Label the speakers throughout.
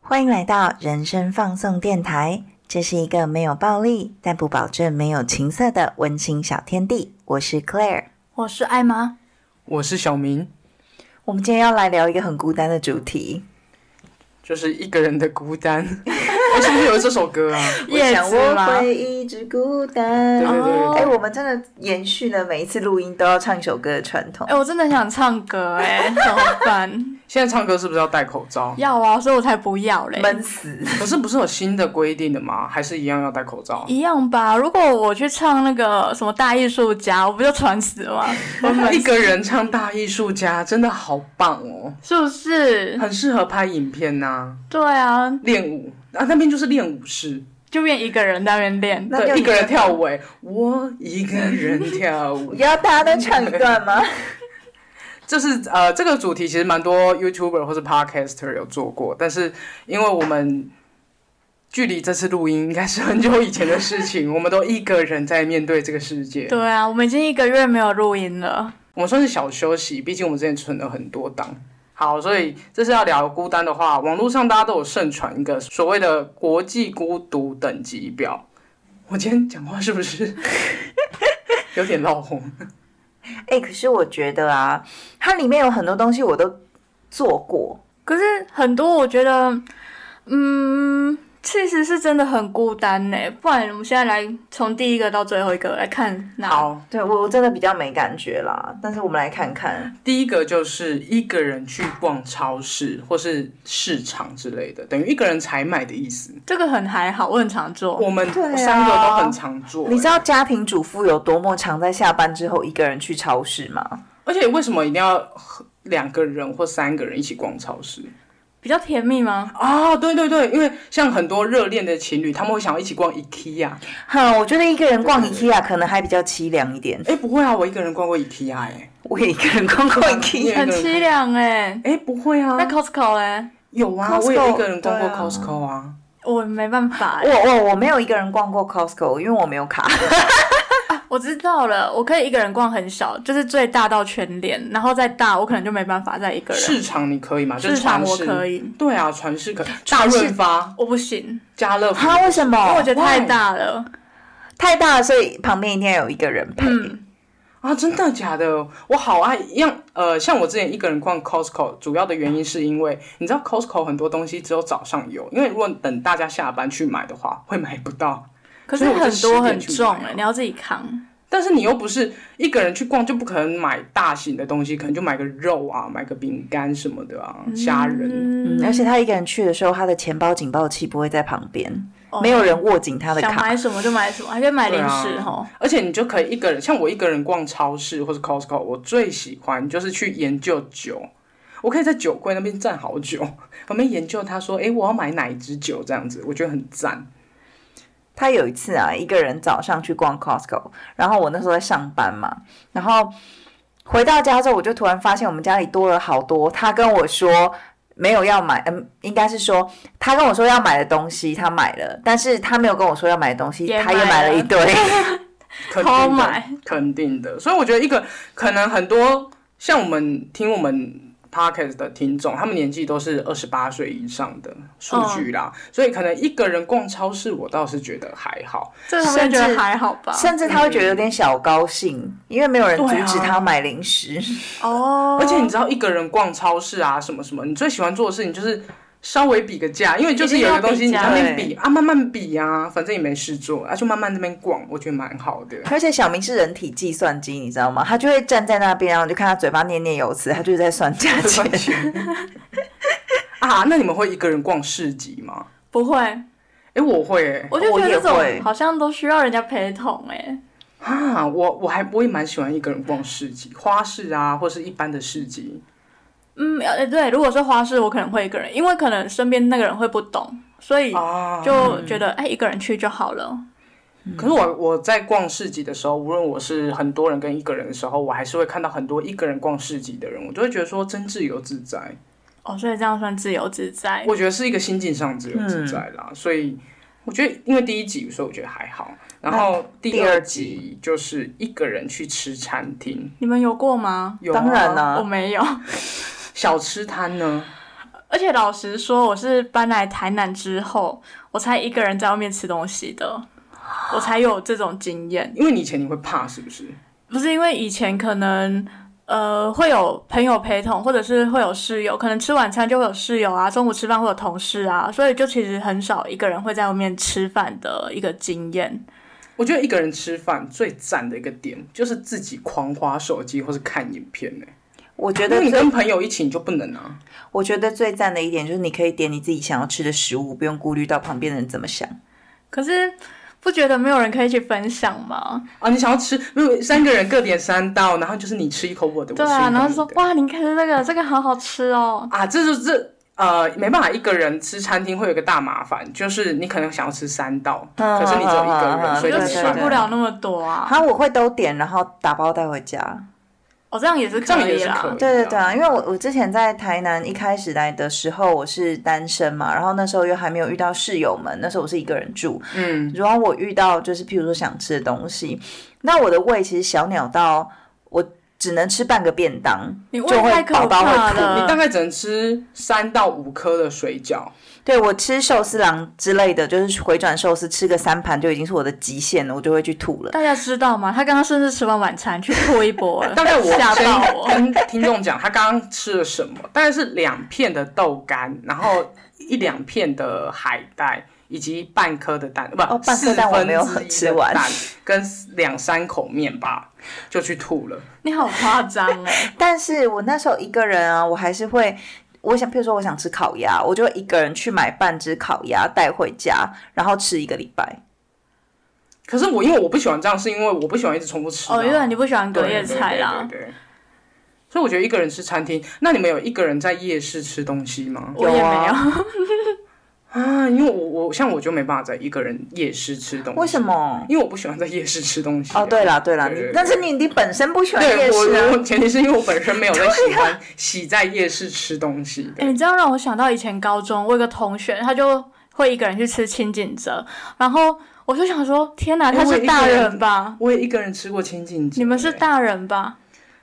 Speaker 1: 欢迎来到人生放送电台，这是一个没有暴力，但不保证没有情色的温情小天地。我是 Claire，
Speaker 2: 我是艾玛，
Speaker 3: 我是小明，
Speaker 1: 我们今天要来聊一个很孤单的主题。
Speaker 3: 就是一个人的孤单。 我是不是有这首歌啊？
Speaker 2: 叶
Speaker 1: 想
Speaker 2: 子
Speaker 1: 我
Speaker 2: 吗？
Speaker 1: 会一直孤单。
Speaker 3: 对对对
Speaker 2: 哦
Speaker 1: 哎、我们真的延续了每一次录音都要唱一首歌的传统
Speaker 2: 哎、。我真的很想唱歌哎、怎么办？
Speaker 3: 现在唱歌是不是要戴口罩？
Speaker 2: 要啊，所以我才不要嘞。
Speaker 1: 闷死！
Speaker 3: 可是不是有新的规定的吗？还是一样要戴口罩？
Speaker 2: 一样吧。如果我去唱那个什么大艺术家，我不就传死了吗？ 我们
Speaker 3: 一个人唱《大艺术家》真的好棒哦，
Speaker 2: 是不是？
Speaker 3: 很适合拍影片呐、
Speaker 2: 对啊，
Speaker 3: 练舞啊，那边就是练舞室，
Speaker 2: 就变一个人在那边练。
Speaker 1: 那就
Speaker 3: 对，一个人跳舞、欸，我一个人跳舞，
Speaker 1: 要大家都唱一段 吗？
Speaker 3: 这是呃，这个主题其实蛮多 YouTuber 或是 Podcaster 有做过，但是因为我们距离这次录音应该是很久以前的事情，我们都一个人在面对这个世界，
Speaker 2: 对啊，我们已经一个月没有录音了。
Speaker 3: 我们算是小休息，毕竟我们之前存了很多档。好，所以这是要聊孤单的话，网络上大家都有盛传一个所谓的国际孤独等级表。我今天讲话是不是 有点闹红？
Speaker 1: 哎、可是我觉得啊，它里面有很多东西我都做过，
Speaker 2: 可是很多我觉得，嗯，其实是真的很孤单呢、不然我们现在来从第一个到最后一个来看哪。
Speaker 3: 好，
Speaker 1: 对我我真的比较没感觉啦。但是我们来看看，
Speaker 3: 第一个就是一个人去逛超市或是市场之类的，等于一个人采买的意思。
Speaker 2: 这个很还好，我很常做。
Speaker 3: 我们
Speaker 1: 对啊
Speaker 3: 三个都很常做、欸
Speaker 1: 你知道家庭主妇有多么常在下班之后一个人去超市吗？
Speaker 3: 而且为什么一定要两个人或三个人一起逛超市
Speaker 2: 比较甜蜜吗？
Speaker 3: 啊？对对对，因为像很多热恋的情侣，他们会想要一起逛 IKEA。
Speaker 1: 哼，我觉得一个人逛
Speaker 3: 对对
Speaker 1: IKEA 可能还比较凄凉一点。
Speaker 3: 哎，不会啊，我一个人逛过 IKEA 哎、
Speaker 1: 我也一个人 逛过
Speaker 3: 对啊
Speaker 1: IKEA，
Speaker 3: 对
Speaker 2: 很凄凉哎、
Speaker 3: 哎，不会啊
Speaker 2: 那，Costco 嘞，
Speaker 3: 有啊
Speaker 1: Costco，
Speaker 3: 我也一个人逛过
Speaker 1: 对啊
Speaker 3: Costco 啊。
Speaker 2: 我没办法、
Speaker 1: 我我我没有一个人逛过 Costco，因为我没有卡。
Speaker 2: 我知道了，我可以一个人逛很小，就是最大到全脸，然后再大我可能就没办法再一
Speaker 1: 啊
Speaker 2: 个人。
Speaker 3: 市场你可以吗？就是
Speaker 2: 市场
Speaker 3: 传
Speaker 2: 我
Speaker 3: 世
Speaker 2: 可以，
Speaker 3: 对啊，传世可大
Speaker 1: 传世
Speaker 3: 润发、
Speaker 2: 我不行，
Speaker 3: 家乐福
Speaker 1: 哈，为什么？
Speaker 2: 因为我觉得太
Speaker 3: why？
Speaker 2: 大了。
Speaker 1: 太大了，所以旁边一定要有一个人陪。
Speaker 2: 嗯，
Speaker 3: 啊，真的假的？我好爱一样，呃，像我之前一个人逛 Costco，主要的原因是因为你知道 Costco 很多东西只有早上有，因为如果等大家下班去买的话，会买不到。
Speaker 2: 可是
Speaker 3: 所以我就
Speaker 2: 很多
Speaker 3: 10
Speaker 2: 很
Speaker 3: 点去
Speaker 2: 重
Speaker 3: 买
Speaker 2: 哎、
Speaker 3: 啊
Speaker 2: 你要自己扛。
Speaker 3: 但是你又不是一个人去逛，就不可能买大型的东西，可能就买个肉啊，买个饼干什么的啊，虾仁。
Speaker 1: 嗯，而且他一个人去的时候，他的钱包警报器不会在旁边，没有人握紧他的
Speaker 2: 想
Speaker 1: 卡。
Speaker 2: 买什么就买什么，还可以买零
Speaker 3: 对啊
Speaker 2: 食吼。
Speaker 3: 而且你就可以一个人，像我一个人逛超市或者 Costco，我最喜欢就是去研究酒。我可以在酒柜那边站好久，旁边研究他说：“诶，我要买哪一支酒？”这样子，我觉得很赞。
Speaker 1: 他有一次啊，一个人早上去逛 Costco，然后我那时候在上班嘛，然后回到家之后，我就突然发现我们家里多了好多。他跟我说没有要买，嗯，应该是说他跟我说要买的东西他买了，但是他没有跟我说要买的东西，
Speaker 2: 也
Speaker 1: 他也
Speaker 2: 买
Speaker 1: 买了
Speaker 2: 了
Speaker 1: 一堆。
Speaker 3: 肯
Speaker 2: 超
Speaker 3: 定的
Speaker 2: 买，
Speaker 3: 肯定的。所以我觉得一个可能很多像我们听我们 podcast 的听众，他们年纪都是二十八岁以上的数据啦，所以可能一个人逛超市，我倒是觉得还好。
Speaker 2: 这他们
Speaker 1: 甚
Speaker 2: 觉
Speaker 1: 至
Speaker 2: 得还好 吧？
Speaker 1: 甚至他会觉得有点小高兴，因为没有人阻
Speaker 3: 对啊
Speaker 1: 止他买零食。
Speaker 2: 哦，
Speaker 3: 而且你知道，一个人逛超市啊，什么什么，你最喜欢做的事情就是。稍微比个价，因为就是有一个东西
Speaker 2: 一
Speaker 3: 你
Speaker 2: 定要
Speaker 3: 上
Speaker 1: 比价
Speaker 3: 面比啊，慢慢比啊，反正也没事做，啊就慢慢那边逛，我觉得蛮好的。
Speaker 1: 而且小明是人体计算机，你知道吗？他就会站在那边，然后你就看他嘴巴念念有词，他就是在算价钱。
Speaker 3: 赚钱 啊，那你们会一个人逛市集吗？
Speaker 2: 不会，
Speaker 3: 哎、我会、欸，
Speaker 2: 我就觉
Speaker 1: 我
Speaker 2: 得
Speaker 1: 也
Speaker 2: 这
Speaker 1: 会
Speaker 2: 种好像都需要人家陪同哎、
Speaker 3: 啊，我我还我也蛮喜欢一个人逛市集，花市啊，或是一般的市集。
Speaker 2: 嗯，呃，对，如果是花市，我可能会一个人，因为可能身边那个人会不懂，所以
Speaker 3: 啊
Speaker 2: 就觉得哎、一个人去就好了。
Speaker 3: 可是我我在逛市集的时候，无论我是很多人跟一个人的时候，我还是会看到很多一个人逛市集的人，我就会觉得说真自由自在。
Speaker 2: 哦，所以这样算自由自在。
Speaker 3: 我觉得是一个心境上自由自在啦，所以我觉得因为第一集，所以我觉得还好。然后第
Speaker 1: 第二
Speaker 3: 二
Speaker 1: 集
Speaker 3: 集就是一个人去吃餐厅，
Speaker 2: 你们有过吗？
Speaker 3: 有啊
Speaker 1: 当然啦、
Speaker 2: 我没有，
Speaker 3: 小吃摊呢，
Speaker 2: 而且老实说，我是搬来台南之后，我才一个人在外面吃东西的，我才有这种经验。
Speaker 3: 因为你以前你会怕是不是？
Speaker 2: 不是因为以前可能呃会有朋友陪同，或者是会有室友，可能吃晚餐就会有室友啊，中午吃饭会有同事啊，所以就其实很少一个人会在外面吃饭的一个经验。
Speaker 3: 我觉得一个人吃饭最赞的一个点就是自己狂滑手机或是看影片呢、
Speaker 1: 我觉
Speaker 3: 因
Speaker 1: 得
Speaker 3: 为你
Speaker 1: 最
Speaker 3: 跟朋友一起你就不能啊。
Speaker 1: 我觉得最赞的一点就是你可以点你自己想要吃的食物，不用顾虑到旁边的人怎么想。
Speaker 2: 可是不觉得没有人可以去分享吗？
Speaker 3: 啊，你想要吃，没有三个人各点三道，然后就是你吃一口我的，我吃
Speaker 2: 对
Speaker 3: 一口
Speaker 2: 啊，
Speaker 3: 你
Speaker 2: 然后就说
Speaker 3: 的
Speaker 2: 哇，你看这个，这个好好吃哦。
Speaker 3: 啊，这就是这呃没办法，一个人吃餐厅会有一个大麻烦，就是你可能想要吃三道，
Speaker 1: 嗯
Speaker 3: 可是你只有一个人，
Speaker 1: 嗯
Speaker 3: 所
Speaker 2: 我
Speaker 3: 以
Speaker 2: 就
Speaker 3: 就
Speaker 1: 对
Speaker 3: 没
Speaker 2: 吃
Speaker 3: 办
Speaker 2: 不
Speaker 3: 法。
Speaker 2: 了那么多啊！
Speaker 1: 好，我会都点，然后打包带回家。
Speaker 2: 哦，这样也是
Speaker 3: 这样
Speaker 2: 可
Speaker 3: 也
Speaker 2: 以
Speaker 3: 是可以
Speaker 2: 啦
Speaker 3: 啊。
Speaker 1: 对对对啊，因为我我之前在台南一开始来的时候，我是单身嘛，然后那时候又还没有遇到室友们，那时候我是一个人住，
Speaker 3: 嗯，
Speaker 1: 然后我遇到就是譬如说想吃的东西，那我的胃其实小鸟到我只能吃半个便当，
Speaker 2: 你
Speaker 1: 就
Speaker 2: 胃
Speaker 1: 会
Speaker 2: 太可
Speaker 1: 宝宝会
Speaker 2: 怕
Speaker 1: 吐你
Speaker 3: 你大
Speaker 2: 了，
Speaker 3: 概只能吃三到五颗的水饺，
Speaker 1: 对我吃寿司郎之类的，就是回转寿司吃个三盘就已经是我的极限了，我就会去吐 了。
Speaker 2: 大家知道吗？他刚刚甚至吃完晚餐去吐一波 了，
Speaker 3: 大概我
Speaker 2: 吓到
Speaker 3: 先
Speaker 2: 我。
Speaker 3: 跟听众讲，他刚刚吃了什么？大概是两片的豆干，然后一两片的海带，以及半颗的蛋，不，
Speaker 1: 哦半颗蛋
Speaker 3: 四分
Speaker 1: 我没有
Speaker 3: 之一的
Speaker 1: 吃完
Speaker 3: 蛋跟两三口面吧，就去吐了。
Speaker 2: 你好夸张 哎！
Speaker 1: 但是我那时候一个人啊，我还是会，我想，譬如说我想吃烤鸭，我就会一个人去买半只烤鸭带回家，然后吃一个礼拜。
Speaker 3: 可是我因为我不喜欢这样，是因为我不喜欢一直重复吃、啊。
Speaker 2: 哦，原来你不喜欢隔
Speaker 3: 对
Speaker 2: 夜菜啦。
Speaker 3: 对对对对所以我觉得一个人吃餐厅，那你们有一个人在夜市吃东西吗？
Speaker 2: 我也没
Speaker 1: 有
Speaker 2: 有，
Speaker 3: 啊，因为我我像我就没办法在一个人夜市吃东
Speaker 1: 嗯
Speaker 3: 西。
Speaker 1: 为什？么？
Speaker 3: 因为我不喜欢在夜市吃东西啊、
Speaker 1: 哦，对啦，对啦，
Speaker 3: 对
Speaker 1: 你
Speaker 3: 对
Speaker 1: 但是你你本身不喜欢
Speaker 3: 对
Speaker 1: 夜市
Speaker 3: 我我
Speaker 1: 啊，
Speaker 3: 前提是因为我本身没有在喜欢喜在夜市吃东西
Speaker 2: 哎、
Speaker 3: 的。
Speaker 2: 你这样让我想到以前高中，我有个同学，他就会一个人去吃清景泽，然后我就想说，天哪，
Speaker 3: 哎
Speaker 2: 他
Speaker 3: 我
Speaker 2: 是
Speaker 3: 也一
Speaker 2: 大
Speaker 3: 个人
Speaker 2: 人吧？
Speaker 3: 我也一个人吃过清景泽，
Speaker 2: 你们是
Speaker 3: 哎
Speaker 2: 大人吧？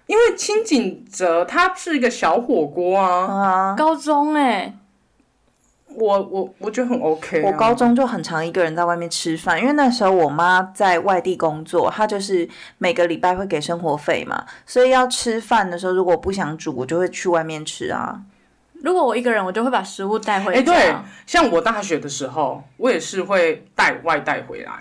Speaker 3: 因为清景泽它是一个小火锅啊，
Speaker 1: 啊，
Speaker 2: 高中哎、
Speaker 3: 我我我觉得很 OK 啊、
Speaker 1: 我高中就很常一个人在外面吃饭，因为那时候我妈在外地工作，她就是每个礼拜会给生活费嘛，所以要吃饭的时候，如果我不想煮，我就会去外面吃啊。
Speaker 2: 如果我一个人，我就会把食物带回
Speaker 3: 哎
Speaker 2: 家。
Speaker 3: 对像我大学的时候，我也是会带外带回来。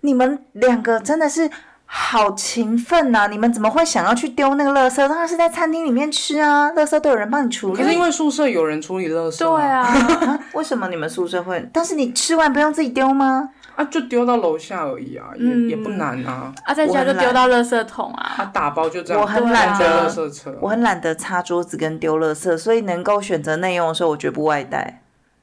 Speaker 1: 你们两个真的是好勤奋啊呐、你们怎么会想要去丢那个垃圾？当然是在餐厅里面吃啊，垃圾都有人帮你处
Speaker 3: 可是
Speaker 1: 理。
Speaker 3: 因为宿舍有人处理垃圾，
Speaker 2: 对， 啊，
Speaker 1: 为什么你们宿舍会？但是你吃完不用自己丢吗？
Speaker 3: 啊就丢到楼下而已啊，也、
Speaker 2: 嗯
Speaker 3: 也不难啊，
Speaker 2: 啊，在家就丢到垃圾桶
Speaker 3: 他
Speaker 2: 啊。
Speaker 3: 打包就这样，
Speaker 1: 我很懒
Speaker 3: 追垃
Speaker 1: 得，
Speaker 3: 圾车。
Speaker 1: 我很懒得擦桌子跟丢垃圾，所以能够选择内用的时候，我绝不外带。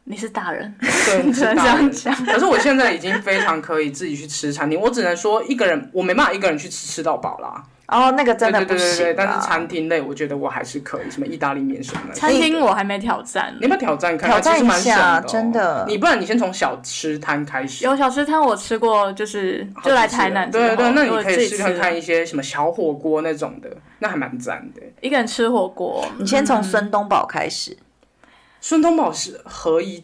Speaker 2: 你是大人，
Speaker 3: 对， 你知道
Speaker 2: 只能这样 讲
Speaker 3: 可是我现在已经非常可以自己去吃餐厅，我只能说一个人我没办法一个人去吃吃到饱啦。
Speaker 1: 哦，那个真的不
Speaker 3: 对对对对
Speaker 1: 行
Speaker 3: 对
Speaker 1: 啊。
Speaker 3: 但是餐厅类我觉得我还是可以，什么意大利面什么的。
Speaker 2: 餐厅我还没挑战
Speaker 3: 你。要不要挑战看看？
Speaker 1: 挑战
Speaker 3: 其实蛮
Speaker 1: 一下
Speaker 3: 省哦
Speaker 1: 真的
Speaker 3: 你不然你先从小吃摊开始。
Speaker 2: 有小吃摊我吃过，就是
Speaker 3: 好几
Speaker 2: 就来
Speaker 3: 次
Speaker 2: 台
Speaker 3: 了
Speaker 2: 南之
Speaker 3: 对
Speaker 2: 后，
Speaker 3: 对对，那你
Speaker 2: 我
Speaker 3: 可
Speaker 2: 自
Speaker 3: 以
Speaker 2: 己
Speaker 3: 试
Speaker 2: 吃
Speaker 3: 看看一些什么小火锅那种的，那还蛮赞的。
Speaker 2: 一个人吃火锅。
Speaker 1: 你先从孙东宝开始，
Speaker 3: 孙东宝是何以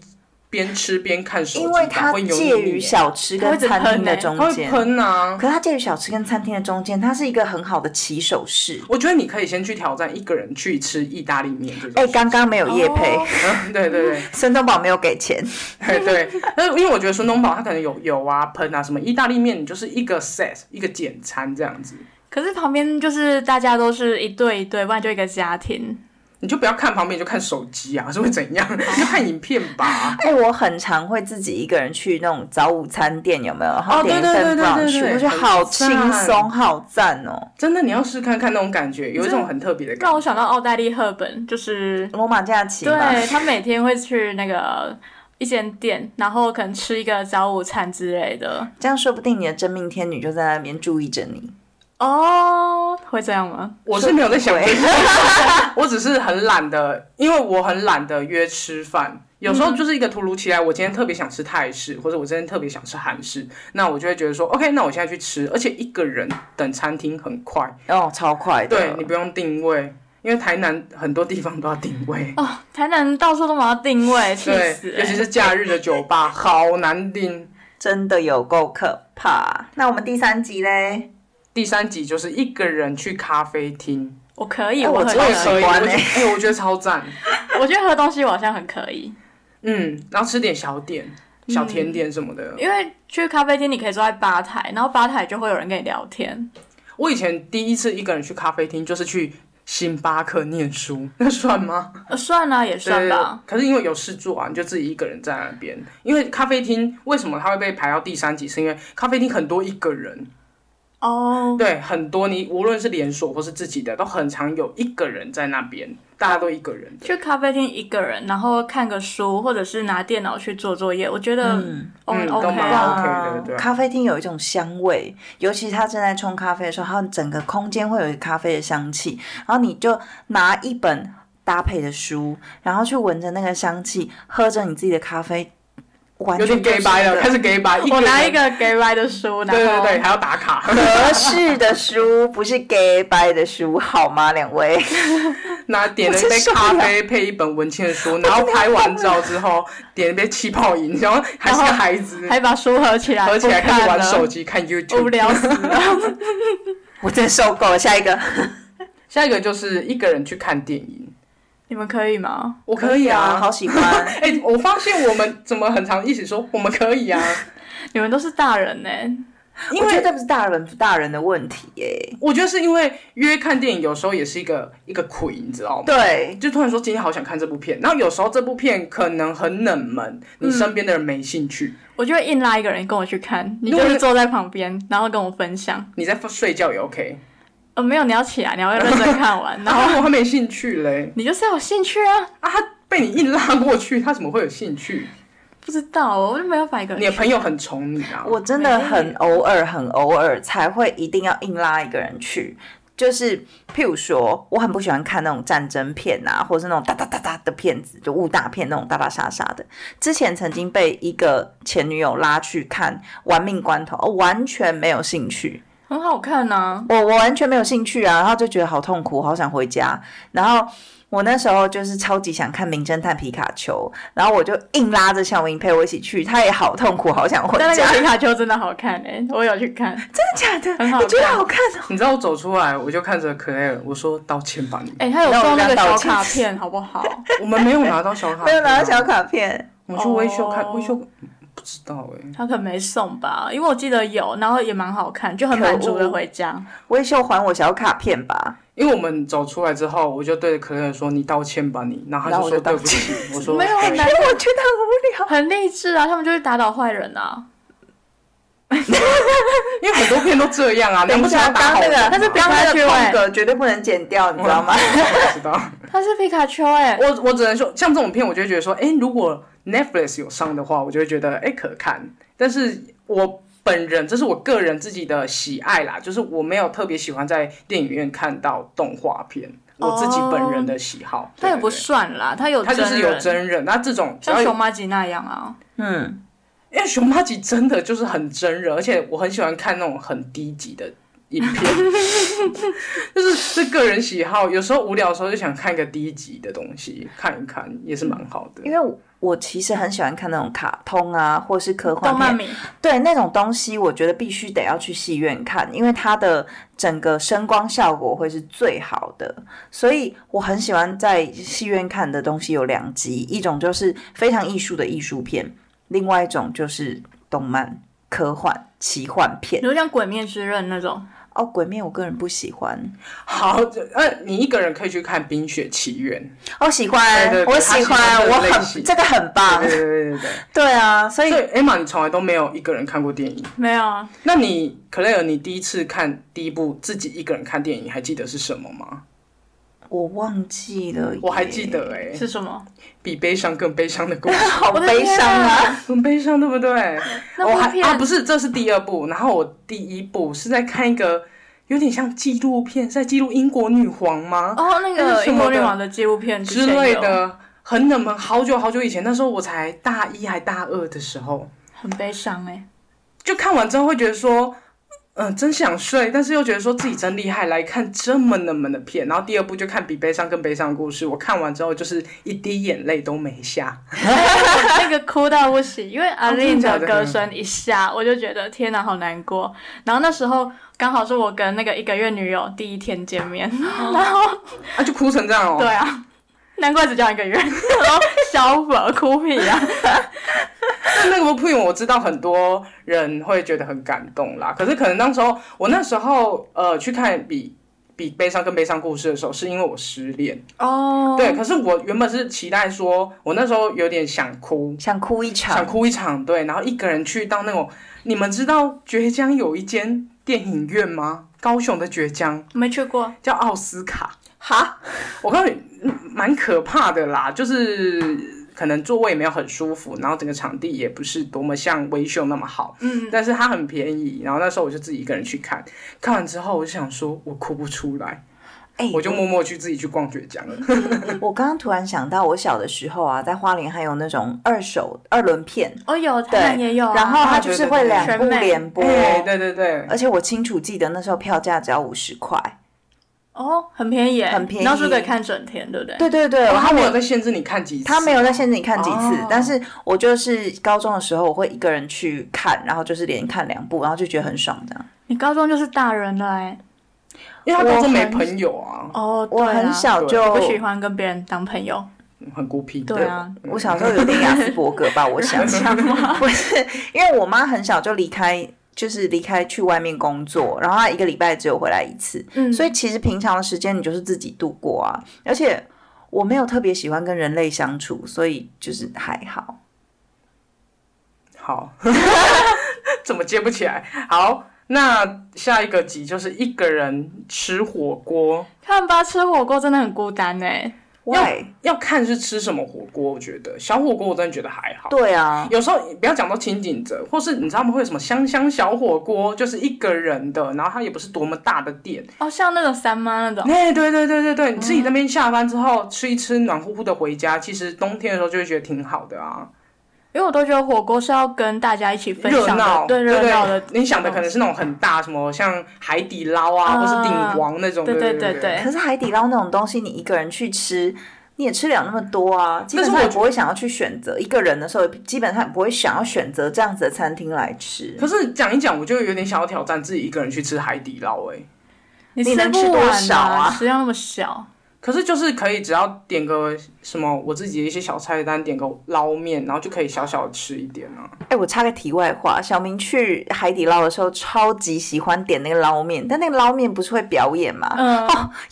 Speaker 3: 边吃边看手机吧，
Speaker 1: 因为它
Speaker 3: 会油腻
Speaker 1: 介于
Speaker 3: 耶
Speaker 1: 小吃
Speaker 2: 它
Speaker 1: 跟
Speaker 2: 会一直
Speaker 1: 餐
Speaker 2: 喷
Speaker 1: 厅的
Speaker 2: 欸
Speaker 1: 中
Speaker 3: 它会
Speaker 1: 间。
Speaker 3: 喷啊。
Speaker 1: 可它介于小吃跟餐厅的中间，它是一个很好的起手式。
Speaker 3: 我觉得你可以先去挑战一个人去吃意大利面这种。
Speaker 1: 哎、刚刚没有夜配，
Speaker 2: 哦
Speaker 3: 嗯， 对对对，
Speaker 1: 孙东宝没有给钱。
Speaker 3: 哎对，但是因为我觉得孙东宝他可能有油啊、喷啊什么，意大利面你就是一个 set 一个简餐这样子，
Speaker 2: 可是旁边就是大家都是一对一对，不然就一个家庭。
Speaker 3: 你就不要看旁边，你就看手机啊，是会怎样？ 你就看影片吧。
Speaker 1: 哎、我很常会自己一个人去那种早午餐店，有没有？然后
Speaker 3: 哦
Speaker 1: 点一
Speaker 3: 对对
Speaker 1: 份
Speaker 3: 对
Speaker 1: brunch，
Speaker 3: 对对
Speaker 1: 我觉得好轻
Speaker 3: 很
Speaker 1: 松，
Speaker 3: 赞
Speaker 1: 好赞哦！
Speaker 3: 真的，你要试看看那种感觉，有一种很特别的感
Speaker 2: 让
Speaker 3: 觉。
Speaker 2: 我想到奥黛丽·赫本，就是
Speaker 1: 罗马假期嘛，
Speaker 2: 对她每天会去那个一间店，然后可能吃一个早午餐之类的。
Speaker 1: 这样说不定你的真命天女就在那边注意着你。
Speaker 2: 哦，会这样吗？
Speaker 3: 我是没有在想
Speaker 1: 对
Speaker 3: 这些， 我只是很懒得，因为我很懒得约吃饭。有时候就是一个突如其来，我今天特别想吃泰式，或者我今天特别想吃韩式，那我就会觉得说，OK，那我现在去吃，而且一个人等餐厅很快，
Speaker 1: 哦，超快的。
Speaker 3: 对你不用定位，因为台南很多地方都要定 位，
Speaker 2: 哦，台南到处都忙要定位，气
Speaker 3: 对
Speaker 2: 死、，
Speaker 3: 尤其
Speaker 2: 欸！
Speaker 3: 是假日的酒 吧好难定。
Speaker 1: 真的有够可怕。那我们第三集嘞，
Speaker 3: 第三集就是一个人去咖啡厅，
Speaker 2: 我可以，
Speaker 1: 哎我
Speaker 2: 我很
Speaker 1: 知道
Speaker 3: 我也
Speaker 1: 了
Speaker 3: 可以，
Speaker 1: 喜
Speaker 3: 我
Speaker 1: 欢
Speaker 3: 觉得
Speaker 1: 欸
Speaker 3: 哎、我觉得超赞。
Speaker 2: 我觉得喝东西我好像很可以，
Speaker 3: 嗯，然后吃点小点、
Speaker 2: 嗯
Speaker 3: 小甜点什么的。
Speaker 2: 因为去咖啡厅你可以坐在吧台，然后吧台就会有人跟你聊天。
Speaker 3: 我以前第一次一个人去咖啡厅，就是去星巴克念书， 那算吗？
Speaker 2: 呃，算啊，也算吧。
Speaker 3: 对。可是因为有事做啊，你就自己一个人在那边。因为咖啡厅为什么它会被排到第三集，是因为咖啡厅很多一个人，
Speaker 2: 哦，
Speaker 3: 对，很多你无论是连锁或是自己的，都很常有一个人在那边，大家都一个人的。
Speaker 2: 去咖啡厅一个人，然后看个书，或者是拿电脑去做作业，我觉得
Speaker 1: 嗯，
Speaker 2: O
Speaker 3: 嗯
Speaker 2: OK
Speaker 3: 都蛮
Speaker 2: 啊。
Speaker 3: OK 的对啊
Speaker 1: 咖啡厅有一种香味，尤其他正在冲咖啡的时候，它整个空间会有一个咖啡的香气，然后你就拿一本搭配的书，然后去闻着那个香气，喝着你自己的咖啡，完
Speaker 3: 有
Speaker 1: 全
Speaker 3: 点 gay
Speaker 1: 就是
Speaker 3: 白
Speaker 1: 一
Speaker 3: 了，
Speaker 1: 个
Speaker 3: 开始 gay 白。
Speaker 2: 我拿
Speaker 3: 人
Speaker 2: 哦一，个 gay right 的书，然
Speaker 3: 对对
Speaker 2: 后
Speaker 3: 对，还要打卡。
Speaker 1: 合适的书，不是 gay 掰的书，好吗？两位，
Speaker 3: 那点了一杯咖啡配一本文青的书，然后拍完照之后点了一杯气泡饮，然后还是个孩子，
Speaker 2: 还把书合起来，
Speaker 3: 合起来
Speaker 2: 不
Speaker 3: 开
Speaker 2: 看
Speaker 3: 始玩
Speaker 2: 了
Speaker 3: 手，机看
Speaker 2: 无
Speaker 3: YouTube。
Speaker 2: 聊死 了。
Speaker 1: 我真受够了。下一个，
Speaker 3: 下一个就是一个人去看电影，
Speaker 2: 你们可以吗？
Speaker 3: 我可以啊。
Speaker 1: 好喜 欢。
Speaker 3: 哎、我发现我们怎么很常一起说我们可以啊，
Speaker 2: 你们都是大人呢、
Speaker 3: 因
Speaker 1: 我觉
Speaker 3: 为
Speaker 1: 得不是大人不大人的问题耶、
Speaker 3: 我觉得是因为约看电影有时候也是一个一个苦，你知道吗？
Speaker 1: 对，
Speaker 3: 就突然说今天好想看这部片，然后有时候这部片可能很冷门，你身边的人没兴趣，
Speaker 2: 我就会硬拉一个人跟我去看，你
Speaker 3: 如
Speaker 2: 就
Speaker 3: 果
Speaker 2: 是
Speaker 3: 是
Speaker 2: 坐在旁边，然后跟我分享。
Speaker 3: 你在睡觉也 OK，
Speaker 2: 呃，没有，你要起来，你要认真 看完，然
Speaker 3: 然
Speaker 2: 后
Speaker 3: 后我还没兴趣嘞。
Speaker 2: 你就是要有兴趣啊。
Speaker 3: 啊，他被你硬拉过去，他怎么会有兴趣？
Speaker 2: 不知道，我就没有把一个人
Speaker 3: 你的
Speaker 2: 去
Speaker 3: 朋友很宠你啊！
Speaker 1: 我真的很偶尔，很偶尔才会一定要硬拉一个人去。就是譬如说，我很不喜欢看那种战争片啊，或者是那种哒哒哒哒的片子，就武打片那种打打杀杀的。之前曾经被一个前女友拉去看《玩命关头》，哦完全没有兴趣。
Speaker 2: 很好看啊呐、
Speaker 1: 我我完全没有兴趣啊，然后就觉得好痛苦，好想回家。然后我那时候就是超级想看《名侦探皮卡丘》，然后我就硬拉着小明陪我一起去，他也好痛苦，好想回
Speaker 2: 但那
Speaker 1: 家。
Speaker 2: 个皮卡丘真的好看哎、 我有去 看，
Speaker 1: 真的假的？
Speaker 2: 很好
Speaker 1: 你觉得
Speaker 2: 看
Speaker 1: 好看哦？
Speaker 3: 你知道我走出来，我就看着可爱，我说道歉吧你。
Speaker 2: 哎、他有
Speaker 1: 那我
Speaker 2: 送那
Speaker 1: 跟
Speaker 2: 个
Speaker 1: 他
Speaker 2: 小
Speaker 1: 道歉
Speaker 2: 卡片，好不 好？
Speaker 3: 我们没有拿到小卡，啊
Speaker 1: 没有拿到小，卡片，
Speaker 3: 我去微秀看
Speaker 2: 哦
Speaker 3: 微秀，不知道哎、
Speaker 2: 他可能没送吧，因为我记得有，然后也蛮好看，就很满足的回家。
Speaker 1: 微秀还我小卡片吧。
Speaker 3: 因为我们走出来之后，我就对着可乐说：“你道歉吧你。”然后他
Speaker 1: 然后
Speaker 3: 就
Speaker 1: 我
Speaker 3: 说：“
Speaker 1: 就
Speaker 3: 对
Speaker 1: 道
Speaker 3: 不起。”我 说：“
Speaker 2: 没有很
Speaker 3: 对
Speaker 2: 难，
Speaker 1: 我觉得
Speaker 2: 很励志啊！他们就是打倒坏人啊。
Speaker 3: 因为很多片都这样啊，
Speaker 1: 很无聊。等一下，
Speaker 3: 难不成要打
Speaker 1: 刚
Speaker 3: 好啊
Speaker 1: 那
Speaker 3: 人
Speaker 1: 个，
Speaker 3: 吗
Speaker 2: 但是
Speaker 1: 刚那个
Speaker 2: 比较趣味
Speaker 1: 空格绝对不能剪掉，你知道吗？
Speaker 3: 我不知道。
Speaker 2: 他是皮卡丘 哎、
Speaker 3: 我我只能说，像这种片，我就会觉得说，哎、如果 Netflix 有上的话，我就会觉得哎、诶可看。但是我本人，这是我个人自己的喜爱啦，就是我没有特别喜欢在电影院看到动画片，
Speaker 2: 哦
Speaker 3: 我自己本人的喜好。
Speaker 2: 他也
Speaker 3: 对
Speaker 2: 不，
Speaker 3: 对
Speaker 2: 算啦，他有
Speaker 3: 对他就是有
Speaker 2: 人
Speaker 3: 真人，那这种只要
Speaker 2: 像
Speaker 3: 有
Speaker 2: 熊妈吉那样啊。
Speaker 1: 嗯，
Speaker 3: 因为熊猫吉真的就是很真人，而且我很喜欢看那种很低级的影 片，就是是个人喜好。有时候无聊的时候就想看个低级的东西看一看，也是蛮好的。
Speaker 1: 因为我我其实很喜欢看那种卡通啊，或是科幻
Speaker 2: 动漫
Speaker 1: 片，
Speaker 2: 迷，
Speaker 1: 对那种东西，我觉得必须得要去戏院看，因为它的整个声光效果会是最好的。所以我很喜欢在戏院看的东西有两集，一种就是非常艺术的艺术片，另外一种就是动漫、科幻、奇幻
Speaker 2: 比
Speaker 1: 片。
Speaker 2: 如像《鬼灭之刃》那种，
Speaker 1: 哦，鬼面我个人不喜欢，
Speaker 3: 好，就呃，你一个人可以去看《冰雪奇缘
Speaker 1: 哦，喜欢，
Speaker 3: 对对对
Speaker 1: 我
Speaker 3: 他
Speaker 1: 喜
Speaker 3: 喜欢
Speaker 1: 欢，
Speaker 3: 这个
Speaker 1: 我
Speaker 3: 类
Speaker 1: 很
Speaker 3: 型
Speaker 1: 这个很》。棒
Speaker 3: 对，对对对对。
Speaker 1: 对啊，所以
Speaker 3: 所以，Emma，你从来都没有一个人看过电影。
Speaker 2: 没有啊？
Speaker 3: 那你 Claire，你第一次看第一部自己一个人看电影，还记得是什么吗？
Speaker 1: 我忘记了耶，
Speaker 3: 我还记得哎、
Speaker 2: 是什么？
Speaker 3: 比悲伤更悲伤的故事，
Speaker 1: 好
Speaker 2: 我的
Speaker 1: 悲
Speaker 2: 天
Speaker 1: 伤啊！
Speaker 2: 啊！
Speaker 3: 很悲伤，对不对？
Speaker 2: 那
Speaker 3: 我
Speaker 2: 部
Speaker 3: 还
Speaker 2: 片
Speaker 3: 啊，不是，这是第二部，然后我第一部是在看一个有点像纪录片，是在记录英国女皇吗、
Speaker 2: 哦，那
Speaker 3: 那
Speaker 2: 个
Speaker 3: 是什
Speaker 2: 英
Speaker 3: 么
Speaker 2: 国女
Speaker 3: 的
Speaker 2: 王的纪录片
Speaker 3: 之
Speaker 2: 前
Speaker 3: 类
Speaker 2: 有，
Speaker 3: 的，很冷门，好久好久以前，那时候我才大一还大二的时候，
Speaker 2: 很悲伤哎、
Speaker 3: 就看完之后会觉得说，嗯、真想睡，但是又觉得说自己真厉害，来看这么冷门的片。然后第二部就看比悲伤更悲伤的故事，我看完之后就是一滴眼泪都没下。
Speaker 2: 那个哭到不行，因为阿
Speaker 3: 真
Speaker 2: 令
Speaker 3: 的假
Speaker 2: 的
Speaker 3: 的
Speaker 2: 歌声一下，我就觉得天哪，好难过。然后那时候刚好是我跟那个一个月女友第一天见面，然后
Speaker 3: 啊，就哭成这样哦。
Speaker 2: 对啊，难怪只叫一个月，然后小粉哭屁啊，
Speaker 3: 但 那个 point 我知道很多人会觉得很感动啦。可是可能那时候我那时候呃去看比比悲伤跟悲伤故事的时候，是因为我失恋。
Speaker 2: 哦
Speaker 3: 对，可是我原本是期待说，我那时候有点想哭，
Speaker 1: 想哭一
Speaker 3: 想
Speaker 1: 场，
Speaker 3: 哭一场，对，然后一个人去到那种，你们知道浙江有一间电影院吗？高雄的浙江
Speaker 2: 没去过，
Speaker 3: 叫奥斯卡，
Speaker 1: 哈，
Speaker 3: 我告诉你，嗯蛮可怕的啦，就是可能座位没有很舒服，然后整个场地也不是多么像微秀那么好，
Speaker 2: 嗯，
Speaker 3: 但是它很便宜，然后那时候我就自己一个人去看，看完之后我就想说，我哭不出来，
Speaker 1: 哎、
Speaker 3: 我就默默去自己去逛浙江了。
Speaker 1: 我刚刚突然想到，我小的时候啊，在花莲还有那种二手二轮片，
Speaker 2: 哦有，台南也有啊，
Speaker 1: 然后它
Speaker 3: 啊
Speaker 1: 就
Speaker 3: 对
Speaker 1: 是
Speaker 3: 对
Speaker 1: 会
Speaker 3: 对
Speaker 1: 两
Speaker 2: 全
Speaker 1: 部
Speaker 2: 美哎
Speaker 1: 连播，
Speaker 3: 对哎对对对，
Speaker 1: 而且我清楚记得那时候票价只要五十块。
Speaker 2: 哦很便宜耶，
Speaker 1: 很便宜
Speaker 2: 然后是可以看整天，对不对？
Speaker 1: 对对对，
Speaker 3: 哦
Speaker 1: 然
Speaker 3: 他
Speaker 1: 后
Speaker 3: 没有
Speaker 1: 我
Speaker 3: 在限制你看几次，
Speaker 1: 他没有在限制你看几次，
Speaker 3: 哦
Speaker 1: 但是我就是高中的时候，我会一个人去看，然后就是连看两部，然后就觉得很爽这样。
Speaker 2: 你高中就是大人了哎，
Speaker 3: 因为他高中没朋友啊，
Speaker 2: 哦，
Speaker 1: 我
Speaker 2: 对啊
Speaker 1: 很小就
Speaker 2: 不喜欢跟别人当朋友，
Speaker 3: 很孤僻。
Speaker 2: 对啊，
Speaker 1: 我小时候有点雅斯伯格吧，我 想想，不是，因为我妈很小就离开，就是离开去外面工作，然后她一个礼拜只有回来一次，
Speaker 2: 嗯，
Speaker 1: 所
Speaker 2: 以
Speaker 1: 以其实平常的时间你就是自己度过啊，而且我没有特别喜欢跟人类相处，所以就是还好。
Speaker 3: 好， 怎么接不起来？好，那下一个集就是一个人吃火锅，
Speaker 2: 看吧，吃火锅真的很孤单哎。
Speaker 1: 喂，
Speaker 3: 要看是吃什么火锅。我觉得小火锅我真的觉得还好。
Speaker 1: 对啊，
Speaker 3: 有时候不要讲到清景泽，或是你知道他们会有什么香香小火锅，就是一个人的，然后它也不是多么大的店。
Speaker 2: 哦，像那种三妈那种，
Speaker 3: 哎、对对对对对，你自己那边下班之后吃一吃，暖乎乎的回家，其实冬天的时候就会觉得挺好的啊。
Speaker 2: 因为我都觉得火锅是要跟大家一起分
Speaker 3: 热
Speaker 2: 享
Speaker 3: 闹，
Speaker 2: 的，对
Speaker 3: 对
Speaker 2: 热闹的。
Speaker 3: 你想的可能是那种很大，什么像海底捞啊，
Speaker 2: 啊
Speaker 3: 或是鼎王那种，
Speaker 2: 对
Speaker 3: 对
Speaker 2: 对
Speaker 3: 对
Speaker 2: 对对，
Speaker 1: 可是海底捞那种东西，你一个人去吃，你也吃不了那么多啊。基
Speaker 3: 但
Speaker 1: 本
Speaker 3: 是
Speaker 1: 上
Speaker 3: 我
Speaker 1: 也
Speaker 3: 觉
Speaker 1: 不会想要去选择一个人的时候，基本上也不会想要选择这样子的餐厅来吃。
Speaker 3: 可是讲一讲，我就有点想要挑战自己一个人去吃海底捞哎、
Speaker 2: 你
Speaker 1: 你
Speaker 2: 吃
Speaker 1: 能吃
Speaker 2: 不
Speaker 1: 多
Speaker 2: 完
Speaker 1: 少啊
Speaker 2: 食量那么小，
Speaker 3: 可是就是可以，只要点个什么我自己的一些小菜单，点个捞面，然后就可以小小地吃一点啊。
Speaker 1: 哎、我插个题外话，小明去海底捞的时候，超级喜欢点那个捞面，但那个捞面不是会表演吗？
Speaker 2: 嗯，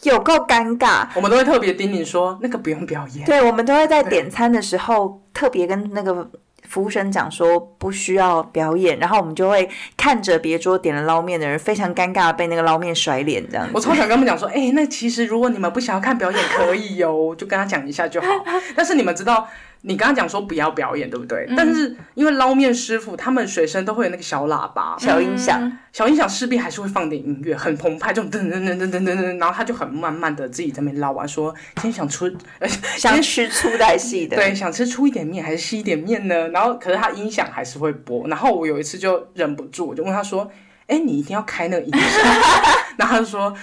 Speaker 1: 有够尴尬。
Speaker 3: 我们都会特别叮咛说，那个不用表演，
Speaker 1: 对，我们都会在点餐的时候特别跟那个服务生讲说不需要表演，然后我们就会看着别桌点了捞面的人非常尴尬地被那个捞面甩脸这样子。
Speaker 3: 我超想跟他们讲说，哎、那其实如果你们不想要看表演，可以哟、就跟他讲一下就好。但是你们知道，你刚刚讲说不要表演，对不对？但是因为捞面师傅他们随身都会有那个小喇叭，
Speaker 1: 小音响，
Speaker 3: 小音响势必还是会放点音乐，很澎湃，这种噔噔噔噔噔噔噔，然后他就很慢慢的自己在那边捞完，说今天想吃，
Speaker 1: 想吃粗带细的，
Speaker 3: 对，想吃粗一点面还是细一点面呢？然后可是他音响还是会播，然后我有一次就忍不住，我就问他说，哎，你一定要开那个音响？ 然后他就说。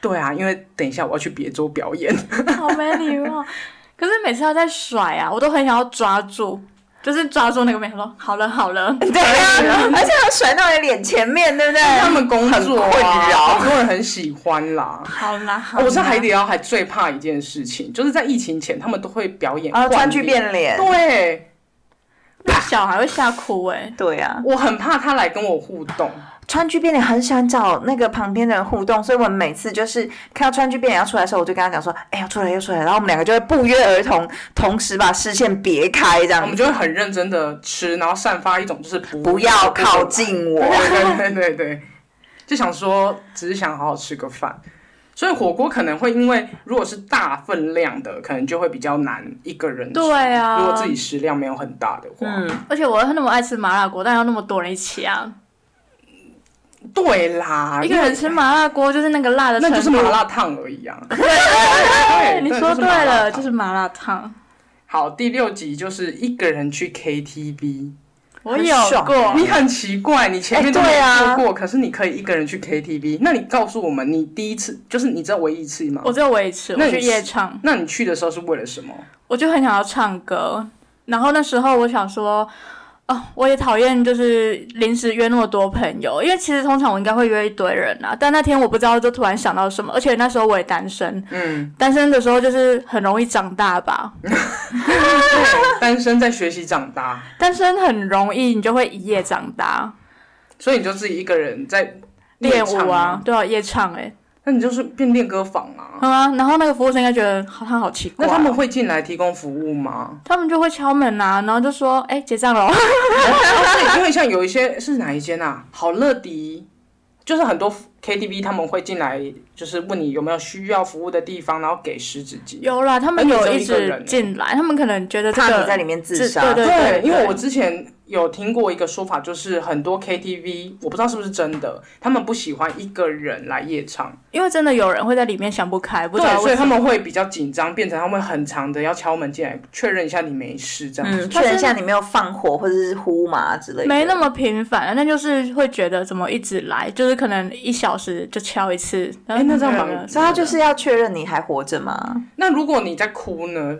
Speaker 3: 对啊，因为等一下我要去别州表演，
Speaker 2: 好没礼貌。可是每次他在甩啊，我都很想要抓住，就是抓住那个妹，说好了好了，
Speaker 1: 对啊，而且他甩到你脸前面，对不对？
Speaker 3: 他们工作、啊、
Speaker 1: 很困扰
Speaker 3: 很多人很喜欢啦。
Speaker 2: 好啦好
Speaker 3: 哦
Speaker 2: 啦。
Speaker 3: 我是海底捞还最怕一件事情，就是在疫情前他们都会表演
Speaker 1: 啊，川
Speaker 3: 换
Speaker 1: 剧变脸，
Speaker 3: 对，
Speaker 2: 那小孩会吓哭哎，
Speaker 1: 对啊，
Speaker 3: 我很怕他来跟我互动，
Speaker 1: 川剧变脸很喜欢找那个旁边的人互动，所以我们每次就是看到川剧变脸要出来的时候，我就跟他讲说，哎、要出来要出来，然后我们两个就会不约而同，同时把视线别开，这
Speaker 3: 我
Speaker 1: 样
Speaker 3: 们就会很认真的吃，然后散发一种就是 不
Speaker 1: 不要靠。近
Speaker 3: 对
Speaker 1: 我。
Speaker 3: 对对对对，就想说只是想好好吃个饭，所以火锅可能会因为如果是大分量的，可能就会比较难一个人吃。
Speaker 2: 对啊
Speaker 3: 如果自己食量没有很大的话，
Speaker 1: 嗯，
Speaker 2: 而且我那么爱吃麻辣锅，但要那么多人一起啊，
Speaker 3: 对啦，
Speaker 2: 一个人吃麻辣锅就是那个辣的
Speaker 3: 因为
Speaker 2: 程
Speaker 3: 那
Speaker 2: 度，
Speaker 3: 就是麻辣烫而已啊。对
Speaker 2: 对，你说对了，就是是麻辣烫。
Speaker 3: 好。第六集就是一个人去 KTV，
Speaker 2: 我有
Speaker 1: 很爽
Speaker 2: 过，
Speaker 3: 你很奇怪，你前面都
Speaker 1: 哎
Speaker 3: 没
Speaker 1: 对啊
Speaker 3: 做过，可是你可以一个人去 KTV。那你告诉我们，你第一次就是你知道唯一一次吗
Speaker 2: 我？只有我一次，
Speaker 3: 那
Speaker 2: 我
Speaker 3: 你
Speaker 2: 去
Speaker 3: 是
Speaker 2: 夜唱，
Speaker 3: 那你去的时候是为了什么？
Speaker 2: 我就很想要唱歌。然后那时候我想说，哦，我也讨厌就是临时约那么多朋友，因为其实通常我应该会约一堆人啊，但那天我不知道就突然想到什么，而且那时候我也单身，
Speaker 3: 嗯，
Speaker 2: 单身的时候就是很容易长大吧，
Speaker 3: 单身在学习长大，
Speaker 2: 单身很容易你就会一夜长大，
Speaker 3: 所以你就自己一个人在
Speaker 2: 练
Speaker 3: 唱
Speaker 2: 舞啊
Speaker 3: 吗，，
Speaker 2: 对啊，夜唱哎、
Speaker 3: 那你就是变练歌房啊。
Speaker 2: 好啊，然后那个服务生应该觉得好他好奇 怪
Speaker 3: 那
Speaker 2: 哦、
Speaker 3: 他们会进来提供服务吗？
Speaker 2: 他们就会敲门啊，然后就说：“哎、结账喽。
Speaker 3: 哦，对，因为像有一些是哪一间啊？好乐迪，就是很多 KTV 他们会进来，就是问你有没有需要服务的地方，然后给十指”机。
Speaker 2: 有啦，他们
Speaker 3: 而且
Speaker 2: 有
Speaker 3: 只有
Speaker 2: 一
Speaker 3: 一个人
Speaker 2: 直
Speaker 3: 欸
Speaker 2: 进来，他们可能觉得这
Speaker 1: 怕你
Speaker 2: 个
Speaker 1: 在里面自杀。
Speaker 2: 对啊对
Speaker 3: 因为我之前有听过一个说法，就是很多 KTV 我不知道是不是真的，他们不喜欢一个人来夜唱，
Speaker 2: 因为真的有人会在里面想不开，不知
Speaker 3: 对，
Speaker 2: 道
Speaker 3: 所以
Speaker 2: 为什
Speaker 3: 他
Speaker 2: 么。
Speaker 3: 们会比较紧张，变成他们很长的要敲门进来确认一下你没事这样子。
Speaker 1: 嗯，确认一下你没有放火或者是呼麻之类的。
Speaker 2: 没那么频繁，那就是会觉得怎么一直来，就是可能一小时就敲一次。
Speaker 3: 哎那这样
Speaker 2: 没有
Speaker 3: 蛮
Speaker 2: 没有
Speaker 1: 所以他就是要确认你还活着吗？
Speaker 3: 那如果你在哭呢？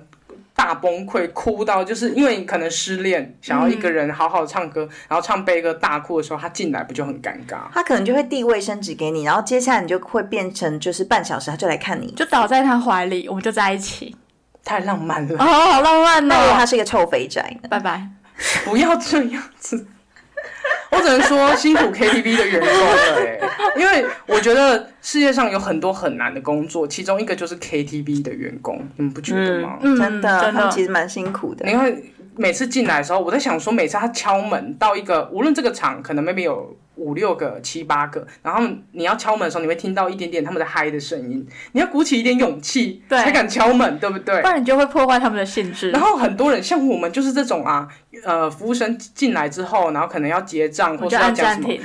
Speaker 3: 大崩溃，哭到就是因为你可能失恋，想要一个人好好唱歌，然后唱悲歌大哭的时候，他进来不就很尴尬？
Speaker 1: 他可能就会递卫生纸给你，然后接下来你就会变成就是半小时他就来看你。
Speaker 2: 就倒在他怀里，我们就在 一起。
Speaker 3: 太浪漫了，
Speaker 2: 哦，好浪漫
Speaker 1: 那如果
Speaker 2: 哦！
Speaker 1: 他是一个臭肥宅呢？
Speaker 2: 拜拜。
Speaker 3: 不要这样子。 我只能说辛苦 KTV 的员工了、欸，因为我觉得世界上有很多很难的工作，其中一个就是 KTV 的员工，你们不觉得吗？
Speaker 2: 嗯，
Speaker 1: 真的，
Speaker 2: 真
Speaker 1: 他们
Speaker 2: 的
Speaker 1: 其实蛮辛苦的
Speaker 3: 你。看每次进来的时候，我在想说，每次他敲门到一个，无论这个场可能 maybe 有五六个、七八个，然后你要敲门的时候，你会听到一点点他们在嗨的声音，你要鼓起一点勇气
Speaker 2: 对
Speaker 3: 才敢敲门，对不对
Speaker 2: 不？然你就会破坏他们的兴致
Speaker 3: 然。后很多人像我们就是这种啊，呃，服务生进来之后，然后可能要结账
Speaker 2: 我
Speaker 3: 或是
Speaker 2: 就
Speaker 3: 要
Speaker 2: 按
Speaker 3: 讲什
Speaker 2: 暂
Speaker 3: 么，
Speaker 2: 停，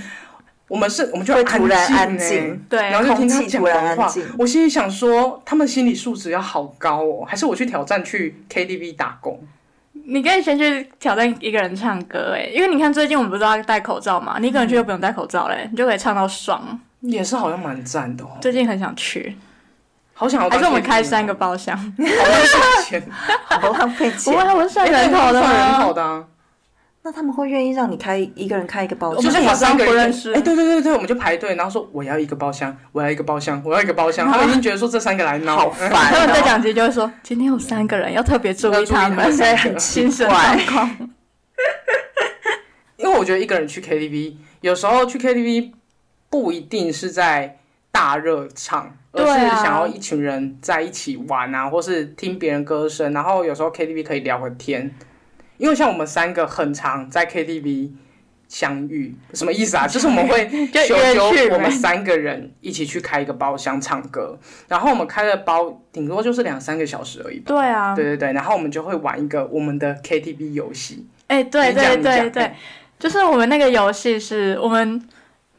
Speaker 3: 我们是我们就
Speaker 1: 会突然
Speaker 3: 安
Speaker 1: 安
Speaker 3: 欸
Speaker 1: 静
Speaker 2: 对
Speaker 3: 然后就听他
Speaker 1: 空气
Speaker 3: 讲
Speaker 1: 突然
Speaker 3: 完
Speaker 1: 安
Speaker 3: 话
Speaker 1: 静，
Speaker 3: 我心里想说，他们心理素质要好高哦，还是我去挑战去 KTV 打工？
Speaker 2: 你可以先去挑战一个人唱歌哎，因为你看最近我们不是要戴口罩嘛，你一个人去就不用戴口罩嘞，你就可以唱到爽。
Speaker 3: 也是好像蛮赞的哦，
Speaker 2: 最近很想去，
Speaker 3: 好想要
Speaker 2: 还
Speaker 3: 当
Speaker 2: 是我们开
Speaker 3: KTV
Speaker 2: 三个包厢？
Speaker 3: 好像是哦 钱，
Speaker 1: 好浪费
Speaker 2: 不会，
Speaker 1: 钱。
Speaker 2: 我是算
Speaker 3: 哎
Speaker 2: 人
Speaker 3: 那
Speaker 2: 头
Speaker 3: 个
Speaker 2: 的
Speaker 3: 算人头
Speaker 2: 吗？
Speaker 3: 的啊，
Speaker 1: 那他们会愿意让你开一个人开一个包
Speaker 2: 我
Speaker 1: 厢
Speaker 3: 就是
Speaker 2: 们是
Speaker 3: 我们
Speaker 2: 假
Speaker 3: 三
Speaker 2: 装
Speaker 3: 个人
Speaker 2: 不认识
Speaker 3: 哎，对对对对，我们就排队，然后说我要一个包厢，我要一个包厢，我要一个包 厢，他们已经觉得说这三个来闹，
Speaker 1: 好烦
Speaker 2: 他 们在
Speaker 1: 哦。
Speaker 2: 讲机就会说，今天有三个人，要特别注
Speaker 3: 要
Speaker 2: 意
Speaker 3: 注意
Speaker 2: 他
Speaker 3: 他们
Speaker 2: 们
Speaker 1: 所以很奇
Speaker 2: 精神
Speaker 1: 怪
Speaker 2: 状，况。
Speaker 3: 因为我觉得一个人去 KTV，有时候去 KTV 不一定是在大热唱，而
Speaker 2: 对啊
Speaker 3: 是想要一群人在一起玩啊，或是听别人歌声，然后有时候 KTV 可以聊个天。因为像我们三个很常在 KTV 相遇，什么意 思啊？就是我们会
Speaker 2: 就
Speaker 3: 九
Speaker 2: 约去
Speaker 3: 九，我
Speaker 2: 呗
Speaker 3: 们三个人一起去开一个包厢唱歌，然后我们开的包顶多就是两三个小时而已吧。
Speaker 2: 对啊，
Speaker 3: 对对对，然后我们就会玩一个我们的 KTV 游戏。
Speaker 2: 哎，对
Speaker 3: 你讲
Speaker 2: 对
Speaker 3: 你讲
Speaker 2: 对对，就是我们那个游戏是我们。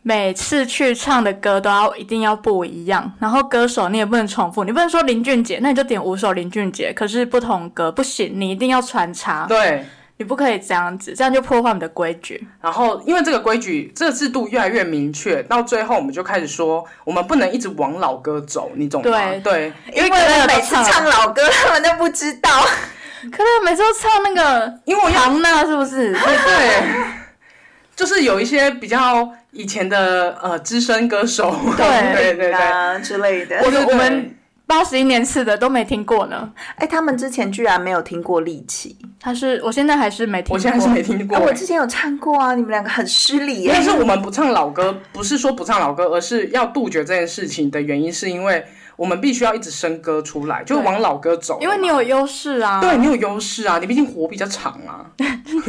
Speaker 2: 每次去唱的歌都要一定要不一样，然后歌手你也不能重复，你不能说林俊杰，那你就点五首林俊杰，可是不同歌不行，你一定要穿插，
Speaker 3: 对，
Speaker 2: 你不可以这样子，这样就破坏我们的规矩。
Speaker 3: 然后，因为这个规矩、这个制度越来越明确，到最后我们就开始说，我们不能一直往老歌走，你懂吗？
Speaker 2: 对
Speaker 3: 对，
Speaker 1: 因为
Speaker 2: 因为
Speaker 1: 我每次
Speaker 2: 大家都
Speaker 1: 唱
Speaker 2: 唱
Speaker 1: 老歌，他们都不知道。
Speaker 2: 可能每次都唱那个
Speaker 3: 因为我要
Speaker 2: 唐娜是不是？
Speaker 3: 对对，就是有一些比较以前的呃资深歌手， 对对对对，
Speaker 1: 啊之类的。
Speaker 3: 我
Speaker 2: 我们八十一年次的都没听过呢。
Speaker 1: 哎，他们之前居然没有听过利奇。
Speaker 2: 他是我现在还是没听过，啊
Speaker 3: 我现在是没听过
Speaker 1: 哎，
Speaker 3: 欸、
Speaker 1: 我之前有唱过啊，你们两个很失礼耶
Speaker 3: 但。是我们不唱老歌，不是说不唱老歌，而是要杜绝这件事情的原因，是因为我们必须要一直生歌出来，就
Speaker 2: 对
Speaker 3: 往老歌走了嘛。
Speaker 2: 因为你有优势啊。
Speaker 3: 对你有优势啊，你毕竟活比较长 啊，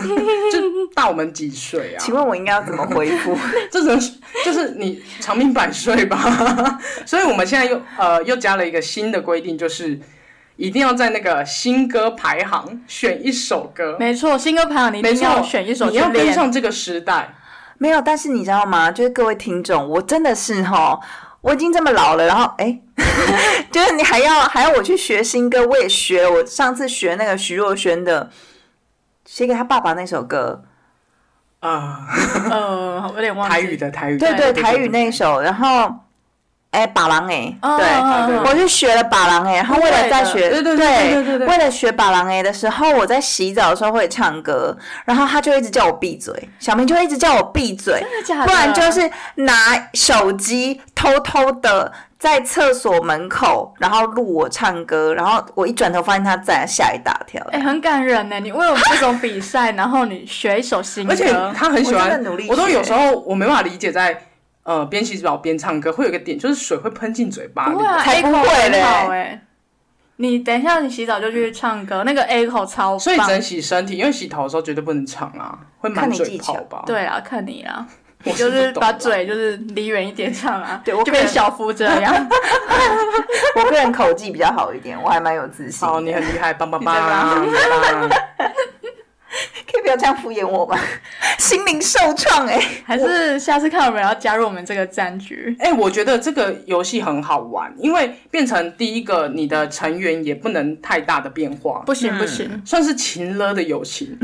Speaker 3: 就大我们几岁啊，
Speaker 1: 请问我应该要怎么回复？
Speaker 3: 这种就是你长命百岁吧。 所以我们现在又呃又加了一个新的规定，就是一定要在那个新歌排行选一首歌，
Speaker 2: 没错，新歌排行你一
Speaker 3: 没
Speaker 2: 定
Speaker 3: 错，
Speaker 2: 要选一首
Speaker 3: 你
Speaker 2: 去
Speaker 3: 要跟
Speaker 2: 练。
Speaker 3: 上这个时代。
Speaker 1: 没有，但是你知道吗？就是各位听众，我真的是哈，我已经这么老了，然后哎， 就是你还要还要我去学新歌，我也学了。我上次学那个徐若瑄的，写给他爸爸那首歌，
Speaker 3: 啊、
Speaker 2: 呃，我有点忘记
Speaker 3: 台语的台语，
Speaker 1: 对对，
Speaker 2: 对
Speaker 1: 台语那一首，然后哎，把郎哎，
Speaker 2: 哦
Speaker 1: 对。
Speaker 2: 哦
Speaker 3: 对
Speaker 2: 哦
Speaker 1: 我是学了把郎哎，然后为了在学，
Speaker 3: 嗯对
Speaker 1: 对
Speaker 3: 对对对对对
Speaker 1: 为了学把郎哎的时候，我在洗澡的时候会唱歌，然后他就一直叫我闭嘴，小明就一直叫我闭嘴，
Speaker 2: 真的假的？
Speaker 1: 不然就是拿手机偷偷的在厕所门口，然后录我唱歌，然后我一转头发现他在，吓一大跳。
Speaker 2: 哎、很感人呢。你为我们这种比赛，然后你学一首新歌，
Speaker 3: 而且他很喜
Speaker 1: 我
Speaker 3: 欢
Speaker 1: 真的努力，学
Speaker 3: 我都有时候我没办法理解在，呃边洗澡边唱歌会有一个点，就是水会喷进嘴巴里
Speaker 2: 不。会啊
Speaker 1: 才
Speaker 2: A
Speaker 1: 不
Speaker 2: 口
Speaker 1: 会嘞
Speaker 2: 很好哎。你等一下，你洗澡就去唱歌，那个 A 口超棒。
Speaker 3: 所以只能洗身体，因为洗头的时候绝对不能唱啊，会满
Speaker 1: 看你
Speaker 3: 嘴
Speaker 1: 技
Speaker 3: 泡
Speaker 1: 巧
Speaker 3: 吧。
Speaker 2: 对啊，看你啊，
Speaker 3: 我
Speaker 2: 你
Speaker 3: 是
Speaker 2: 就
Speaker 3: 不懂啊，
Speaker 2: 是把嘴就是离远一点唱啊，
Speaker 1: 对我
Speaker 2: 就变
Speaker 1: 可能
Speaker 2: 小夫这 样。
Speaker 1: 我个人口技比较好一点，我还蛮有自信。
Speaker 3: 好，你很厉害，棒棒
Speaker 2: 你
Speaker 3: 棒
Speaker 2: 在哪
Speaker 3: 棒！
Speaker 1: 可以不要这样敷衍我吗？ 心灵受创哎、
Speaker 2: 还是下次看有没有要加入我们这个战局？
Speaker 3: 哎、我觉得这个游戏很好玩，因为变成第一个，你的成员也不能太大的变化，
Speaker 2: 不行不行，
Speaker 3: 算是情了的友 情。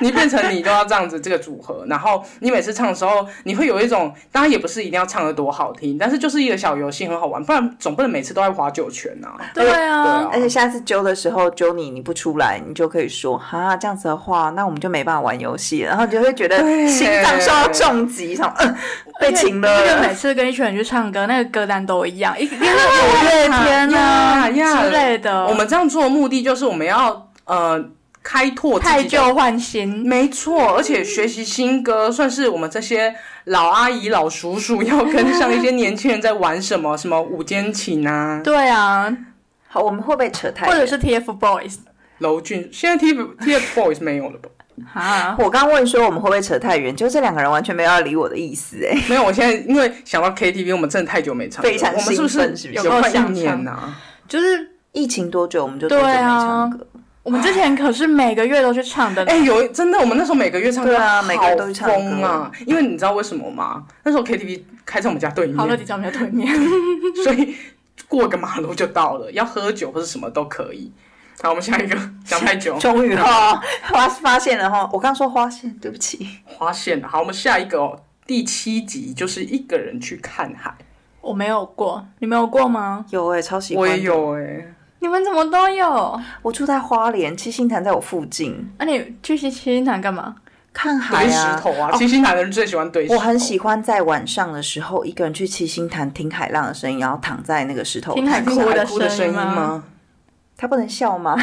Speaker 3: 你变成你都要这样子这个组合，然后你每次唱的时候，你会有一种，当然也不是一定要唱得多好听，但是就是一个小游戏很好玩，不然总不能每次都在划九圈啊。
Speaker 2: 对
Speaker 3: 对
Speaker 2: 啊
Speaker 3: 啊，
Speaker 1: 而且下次揪的时候揪你，你不出来，你就可以说哈，这样子的话，那我们就没办法玩游戏了，然后你就会觉得心脏受到重击，想、呃、被擒了。
Speaker 2: 因为每次跟一群人去唱歌，那个歌单都一 样，一定是
Speaker 1: 五月
Speaker 2: 天啊
Speaker 3: 呀呀
Speaker 2: 之类的。
Speaker 3: 我们这样做的目的就是我们要呃开拓自
Speaker 2: 太
Speaker 3: 己的。嗯
Speaker 2: 旧换新，
Speaker 3: 没错，而且学习新歌算是我们这些老阿姨、老叔叔要跟上一些年轻人在玩什么，什么午间情 啊，
Speaker 2: 对啊，
Speaker 1: 好，我们会不会扯太
Speaker 2: 或
Speaker 1: 远？
Speaker 2: 者是 TFBOYS
Speaker 3: 楼俊，现在 T T F Boys 没有了吧？
Speaker 2: 啊，
Speaker 1: 我刚问说我们会不会扯太远，就这两个人完全没有要理我的意思哎、
Speaker 3: 没有，我现在因为想到 KTV，我们真的太久没唱歌了，
Speaker 1: 非常
Speaker 3: 我们是不
Speaker 1: 兴奋
Speaker 3: 是
Speaker 1: 是不是
Speaker 3: 有快
Speaker 2: 有够
Speaker 3: 一
Speaker 2: 想
Speaker 3: 年呐？
Speaker 2: 就是
Speaker 1: 疫情多久我们就多久没
Speaker 2: 对啊
Speaker 1: 唱歌？
Speaker 2: 我们之前可是每个月都去唱的呢，
Speaker 3: 哎、有真的，我们那时候每个月唱歌，
Speaker 1: 对啊每个月都去唱歌
Speaker 3: 好疯啊！因为你知道为什么吗？那时候 KTV 开在我们家对面，
Speaker 2: 好乐迪在我们家对面，
Speaker 3: 所以过个马路就到了，要喝酒或者什么都可以。好，我 们下一个讲太久，
Speaker 1: 终 于哈，发发现了哈，我刚说发现，对不起，
Speaker 3: 花线了。好，我们下一个哦，第七集就是一个人去看海，
Speaker 2: 我没有过，你没有过吗？
Speaker 1: 有哎、超喜欢，
Speaker 3: 我也，有哎、
Speaker 2: 你们怎么都有？
Speaker 1: 我住在花莲，七星潭在我附近，
Speaker 2: 那、你去西西南干 嘛？
Speaker 1: 看海
Speaker 3: 堆石
Speaker 1: 啊。
Speaker 3: 头啊，七星潭的人最喜欢堆石头。
Speaker 1: 我很喜欢在晚上的时候，一个人去七星潭听海浪的声音，然后躺在那个石头
Speaker 2: 听海
Speaker 1: 上。
Speaker 3: 听海哭
Speaker 2: 哭
Speaker 3: 的
Speaker 2: 的
Speaker 3: 声
Speaker 2: 声
Speaker 3: 音
Speaker 2: 音吗
Speaker 3: 吗？
Speaker 1: 他不能笑 吗？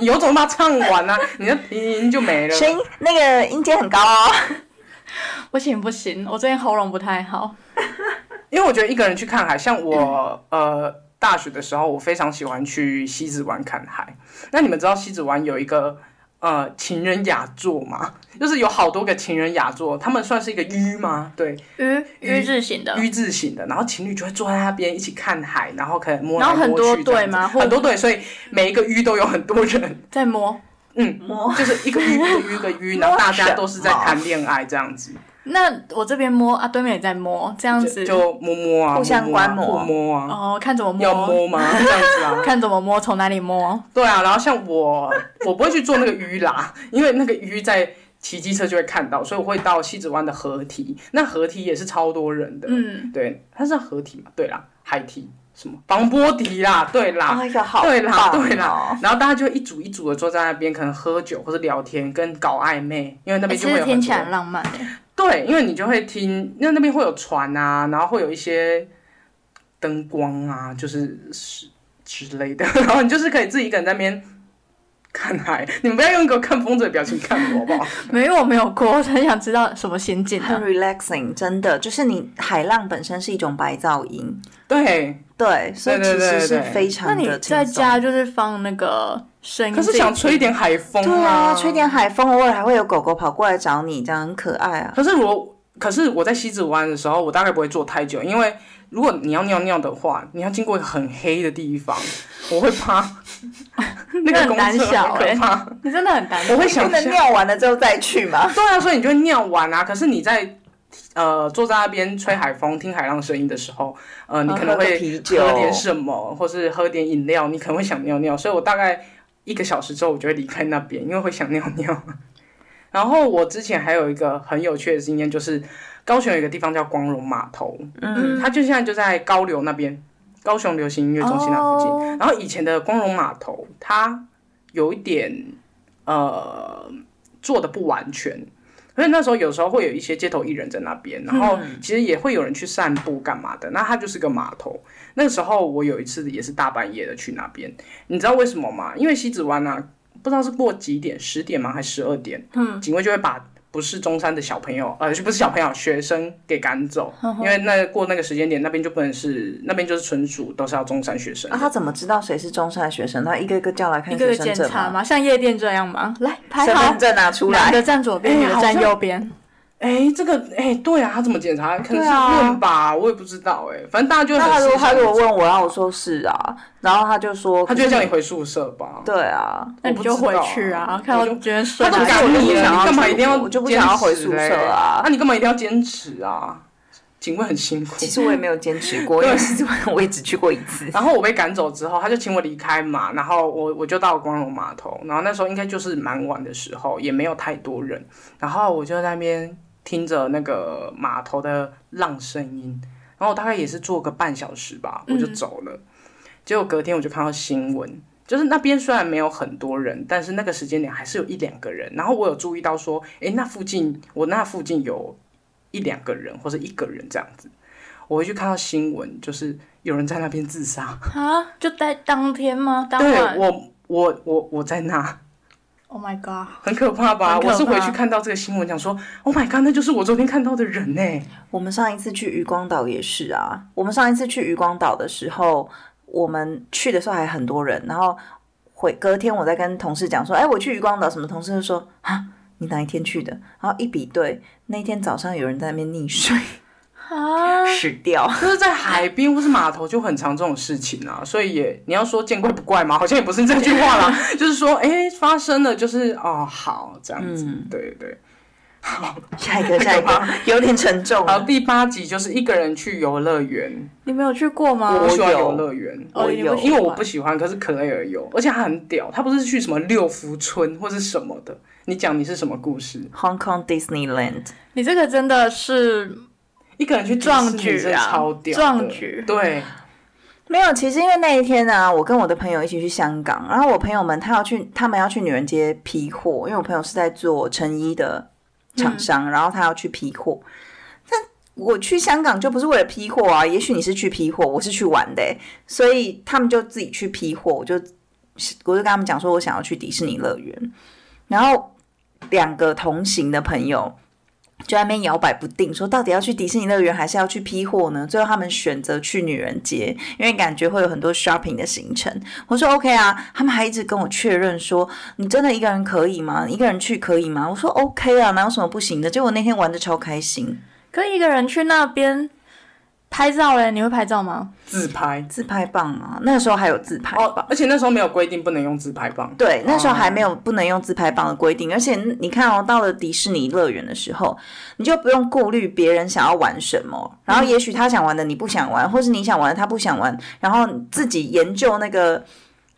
Speaker 3: 有种把它唱完啊，你的音就没了。
Speaker 1: 声音那个音阶很高哦。
Speaker 2: 不行不行，我最近喉咙不太好。
Speaker 3: 因为我觉得一个人去看海，像我、
Speaker 2: 嗯
Speaker 3: 呃大学的时候，我非常喜欢去西子湾看海。那你们知道西子湾有一个呃情人雅座吗？就是有好多个情人雅座，他们算是一个 U 吗？对
Speaker 2: 鱼鱼字型的，
Speaker 3: ，U 字形的，然后情侣就会坐在那边一起看海，然后可能摸来
Speaker 2: 然后很
Speaker 3: 摸
Speaker 2: 多
Speaker 3: 去这样
Speaker 2: 对
Speaker 3: 子
Speaker 2: 吗？
Speaker 3: 很多对，所以每一个 U 都有很多 人，
Speaker 2: 在摸。
Speaker 3: 嗯，
Speaker 1: 哦
Speaker 3: 就是一个 U 一个 U 一个 U，然后大家都是在谈恋爱这样子。
Speaker 2: 那我这边摸啊，对面也在摸，这样
Speaker 3: 就
Speaker 2: 子
Speaker 3: 就摸摸啊，
Speaker 1: 互相
Speaker 3: 摸摸啊
Speaker 1: 观摩
Speaker 3: 互摸啊，
Speaker 2: 哦，看怎么
Speaker 3: 要
Speaker 2: 摸，
Speaker 3: 摸吗？这样子啊，
Speaker 2: 看怎么摸，从哪里摸。
Speaker 3: 对啊。然后像我， 我不会去做那个鱼啦，因为那个鱼在骑机车就会看到，所以我会到西子湾的河堤。那河堤也是超多人的，
Speaker 2: 嗯，
Speaker 3: 对，它是河堤嘛，对啦，海堤什么防波堤啦，对啦。
Speaker 1: 哎呀，好
Speaker 3: 对啦，
Speaker 1: 棒哦
Speaker 3: 对啦，然后大家就会一组一组的坐在那边，可能喝酒或者聊天，跟搞暧昧，因为那
Speaker 2: 欸
Speaker 3: 边
Speaker 2: 其
Speaker 3: 就会
Speaker 2: 实
Speaker 3: 有很
Speaker 2: 听起
Speaker 3: 多
Speaker 2: 来很浪漫欸。
Speaker 3: 对，因为你就会听，因为那边会有船啊，然后会有一些灯光啊，就是是之类的，然后你就是可以自己一个人在那边看海。你们不要用一个看风筝的表情看我，好不 好？
Speaker 2: 没有，我没有过，我很想知道什么心 境
Speaker 1: 很
Speaker 2: 啊。
Speaker 1: relaxing，真的，就是你海浪本身是一种白噪音，
Speaker 3: 对，
Speaker 1: 对，所以
Speaker 3: 对
Speaker 1: 其
Speaker 3: 对对
Speaker 1: 实是
Speaker 3: 对
Speaker 1: 非
Speaker 2: 那
Speaker 1: 常
Speaker 2: 你
Speaker 1: 的轻
Speaker 2: 在
Speaker 1: 松。
Speaker 2: 家就是放那个声音
Speaker 3: 可
Speaker 2: 自
Speaker 3: 是
Speaker 2: 己听，
Speaker 3: 想吹一点海风
Speaker 1: 对啊，吹
Speaker 3: 点。
Speaker 1: 点海风，偶尔还会有狗狗跑过来找你，这样很可爱啊。
Speaker 3: 可是我，可是我在西子湾的时候，我大概不会坐太久，因为如果你要尿尿的话，你要经过一个很黑的地方，我会 怕那个
Speaker 2: 很
Speaker 3: 公
Speaker 2: 胆
Speaker 3: 厕
Speaker 2: 小
Speaker 3: 很
Speaker 2: 欸
Speaker 3: 可怕。
Speaker 2: 你真的很 担
Speaker 3: 我
Speaker 2: 心。
Speaker 3: 会
Speaker 1: 你
Speaker 3: 想
Speaker 1: 不能
Speaker 3: 象
Speaker 1: 尿完了之后再去吗？
Speaker 3: 对啊，所以你就会尿完啊。可是你在呃坐在那边吹海风、听海浪声音的时候，呃，你可能
Speaker 1: 啊喝
Speaker 3: 会
Speaker 1: 个啤酒
Speaker 3: 喝点什么，或是喝点饮料，你可能会想尿尿。所以我大概一个小时之后，我就会离开那边，因为会想尿尿。 然后我之前还有一个很有趣的经验，就是高雄有一个地方叫光荣码头，
Speaker 2: 嗯，
Speaker 3: 它就现在就在高流那边，高雄流行音乐中心那附近。
Speaker 2: 哦
Speaker 3: 然后以前的光荣码头，它有一点呃做的不完全，所以那时候有时候会有一些街头艺人在那边，然后
Speaker 1: 嗯
Speaker 3: 其实也会有人去散步干嘛的。那它就是个码头。那时候我有一次也是大半夜的去那边，你知道为什么吗？因为西子湾啊，不知道是过几点，十点吗？还是十二点？嗯，警卫就会把。不是中山的小朋友，呃，不是小朋友，学生给赶走，因为那过那个时间点，那边就不能是，那边就是纯属都是要中山学生
Speaker 1: 那、
Speaker 3: 的
Speaker 1: 啊他怎么知道谁是中山的学生？他一个一个叫来看
Speaker 2: 一个
Speaker 1: 学
Speaker 2: 个
Speaker 1: 生
Speaker 2: 检
Speaker 1: 证
Speaker 2: 查
Speaker 1: 吗？
Speaker 2: 嘛，像夜店这样嘛，来排
Speaker 1: 身
Speaker 2: 好
Speaker 1: 份，证拿出
Speaker 2: 男
Speaker 1: 来，
Speaker 2: 的站左边，
Speaker 3: 哎
Speaker 2: 女的
Speaker 3: 好
Speaker 2: 站
Speaker 3: 像
Speaker 2: 右边，
Speaker 3: 哎，这个哎，对啊，他怎么检查？可能
Speaker 1: 对
Speaker 3: 是
Speaker 1: 啊
Speaker 3: 问吧，我也不知道哎。反正大家就
Speaker 1: 那
Speaker 3: 很
Speaker 1: 他如果
Speaker 3: 私下
Speaker 1: 他如果
Speaker 3: 地
Speaker 1: 问我，然后我说是啊，然后他就说，
Speaker 3: 他
Speaker 1: 可
Speaker 3: 就会
Speaker 1: 是
Speaker 3: 叫
Speaker 1: 你
Speaker 3: 你回宿舍吧。
Speaker 1: 对啊，
Speaker 2: 那你
Speaker 3: 我不
Speaker 2: 就
Speaker 3: 知
Speaker 2: 回
Speaker 3: 道
Speaker 2: 去啊
Speaker 3: 啊，
Speaker 2: 看到
Speaker 3: 我就
Speaker 2: 觉得
Speaker 3: 他
Speaker 2: 帅
Speaker 3: 都
Speaker 1: 本来
Speaker 3: 赶
Speaker 1: 我就
Speaker 3: 你
Speaker 1: 不
Speaker 3: 了，
Speaker 1: 想要
Speaker 3: 你干嘛
Speaker 1: 出
Speaker 3: 一定要？
Speaker 1: 国我就不想要回宿舍啊
Speaker 3: 那你干嘛一定要坚持啊？警卫很辛苦。
Speaker 1: 其实我也没有坚持过，因为其实我我也只去过一次。
Speaker 3: 然后我被赶走之后，他就请我离开嘛，然后我我就到光荣码头，然后那时候应该就是蛮晚的时候，也没有太多人，然后我就在那边听着那个码头的浪声音，然后我大概也是坐个半小时吧，我就走了。结果隔天我就看到新闻，就是那边虽然没有很多人，但是那个时间点还是有一两个人，然后我有注意到说，诶，那附近我那附近有一两个人或者一个人这样子，我回去看到新闻，就是有人在那边自杀。
Speaker 2: 啊，就在当天吗？当
Speaker 3: 对
Speaker 2: 晚
Speaker 3: 我，我，我，我在那，
Speaker 2: ？Oh my god！
Speaker 3: 很可怕吧？
Speaker 2: 很可怕
Speaker 3: 我是回去看到这个新闻，讲说，Oh my god，那就是我昨天看到的人 呢、
Speaker 1: 我们上一次去渔光岛也是啊，我们上一次去渔光岛的时候，我们去的时候还很多人，然后回隔天我在跟同事讲说，哎、我去渔光岛，什么同事就说啊，你哪一天去的？然后一比对，那天早上有人在那边溺水
Speaker 2: 啊，
Speaker 1: 死掉，
Speaker 3: 就是在海边或是码头就很常这种事情啊，所以也你要说见怪不怪嘛，好像也不是这句话 啦，就是说，哎、发生了，就是哦，好这样子，
Speaker 2: 嗯
Speaker 3: 对对。好，
Speaker 1: 下 一个下一
Speaker 3: 太可
Speaker 1: 个，有点沉重
Speaker 3: 好，
Speaker 1: 了。
Speaker 3: 第八集就是一个人去游乐园，
Speaker 2: 你没有去过吗？
Speaker 3: 我喜欢
Speaker 1: 有
Speaker 3: 游乐园。
Speaker 2: 哦
Speaker 1: 我
Speaker 2: 你不
Speaker 1: 有
Speaker 2: 喜
Speaker 3: 因为我
Speaker 2: 欢
Speaker 3: 不喜欢，可是可雷尔有，而且他很屌，他不是去什么六福村或是什么的。你讲你是什么故事？
Speaker 1: Hong Kong Disneyland，
Speaker 2: 你这个真的是
Speaker 3: 一个人去迪士尼
Speaker 2: 壮举
Speaker 3: 真的
Speaker 2: 啊
Speaker 3: 超屌的，
Speaker 2: 壮举
Speaker 3: 对，
Speaker 1: 没有，其实因为那一天啊，我跟我的朋友一起去香港，然后我朋友们他要去，他们要去女人街批货，因为我朋友是在做成衣的厂商，然后他要去批货。但我去香港就不是为了批货啊，也许你是去批货，我是去玩的欸、所以他们就自己去批货，我就我就跟他们讲说我想要去迪士尼乐园，然后两个同行的朋友。就在那边摇摆不定，说到底要去迪士尼乐园还是要去批货呢？最后他们选择去女人街，因为感觉会有很多 shopping 的行程。我说 OK 啊，他们还一直跟我确认说，你真的一个人可以吗？你一个人去可以吗？我说 OK 啊，哪有什么不行的？结果那天玩的超开心，
Speaker 2: 可以一个人去那边拍照欸嘞，你会拍照吗？
Speaker 3: 自拍
Speaker 1: 自拍棒啊，那个时候还有自拍棒。
Speaker 3: 哦，而且那时候没有规定不能用自拍棒，
Speaker 1: 对，那时候还没
Speaker 2: 哦
Speaker 1: 有不能用自拍棒的规定，而且你看哦，到了迪士尼乐园的时候，你就不用顾虑别人想要玩什么，然后
Speaker 2: 嗯
Speaker 1: 也许他想玩的你不想玩，或是你想玩的他不想玩，然后你自己研究那个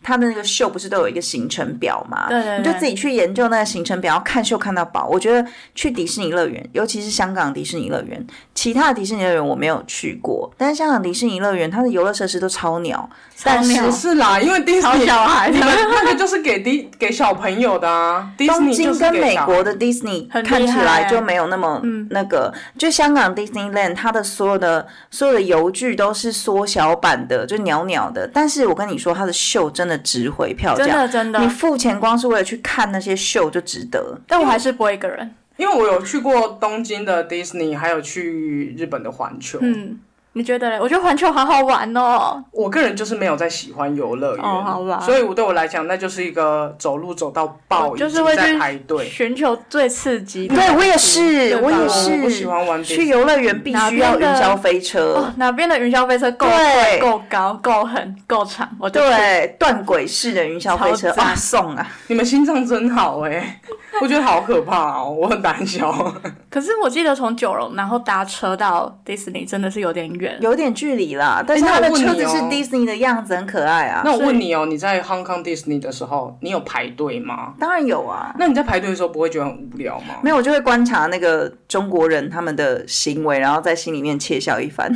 Speaker 1: 他的那个秀不是都有一个行程表吗？
Speaker 2: 对对对
Speaker 1: 你就自己去研究那个行程表，要看秀看到饱。我觉得去迪士尼乐园，尤其是香港迪士尼乐园，其他的迪士尼乐园我没有去过，但是香港迪士尼乐园它的游乐设施都超鸟，但
Speaker 2: 超鸟
Speaker 1: 是
Speaker 3: 不是啦，因为迪士
Speaker 2: 好
Speaker 3: 尼
Speaker 2: 小孩
Speaker 3: 你
Speaker 2: 的
Speaker 3: 们，那个就是给迪给小朋友的啊，迪士
Speaker 1: 东
Speaker 3: 尼就
Speaker 1: 京
Speaker 3: 是
Speaker 1: 跟
Speaker 3: 给
Speaker 1: 美
Speaker 3: 小
Speaker 1: 国的 Disney
Speaker 2: 很厉害
Speaker 1: 看起来就没有那么
Speaker 3: 嗯
Speaker 1: 那个，就香港 Disneyland 它的所有的所有的游具都是缩小版的，就袅袅的。但是我跟你说，它的秀真的值回票
Speaker 2: 真
Speaker 1: 价
Speaker 2: 的，真
Speaker 1: 你
Speaker 2: 的，
Speaker 1: 付钱光是为了去看那些秀就值得。
Speaker 2: 但我还是不会一个人。
Speaker 3: 因为我有去过东京的迪士尼，还有去日本的环球。
Speaker 2: 嗯，你觉得嘞？我觉得环球好好玩哦。
Speaker 3: 我个人就是没有在喜欢游乐园，
Speaker 2: 哦好吧
Speaker 3: 所以我对我来讲，那就是一个走路走到爆，
Speaker 2: 我就
Speaker 3: 已
Speaker 2: 是
Speaker 3: 经
Speaker 2: 会
Speaker 3: 在
Speaker 2: 去
Speaker 3: 排队。
Speaker 2: 寻求最刺激的。
Speaker 1: 对我也是，
Speaker 2: 对吧
Speaker 1: 我也
Speaker 3: 我不喜
Speaker 1: 是。
Speaker 3: 欢玩迪士
Speaker 1: 去
Speaker 3: 尼
Speaker 1: 游乐园必须要云霄飞车
Speaker 2: 哦，，哪边的云霄飞车够
Speaker 1: 对
Speaker 2: 贵、够高、够狠、够长，我就去
Speaker 1: 对，断轨式的云霄飞车
Speaker 2: 超赞
Speaker 1: 哇送 啊！
Speaker 3: 你们心脏真好哎、我觉得好可怕哦，我很胆小。
Speaker 2: 可是我记得从九龙然后搭车到迪士尼真的是有点远。
Speaker 1: 有点距离啦，但是
Speaker 3: 哎那
Speaker 1: 它的
Speaker 3: 我问
Speaker 1: 车
Speaker 3: 你
Speaker 1: 子是
Speaker 3: 哦
Speaker 1: Disney 的样子，很可爱啊。
Speaker 3: 那我问你哦，你在 Hong Kong Disney 的时候，你有排队吗？
Speaker 1: 当然有啊，
Speaker 3: 那你在排队的时候不会觉得很无聊吗？
Speaker 1: 没有我就会观察那个中国人他们的行为，然后在心里面窃笑一 番。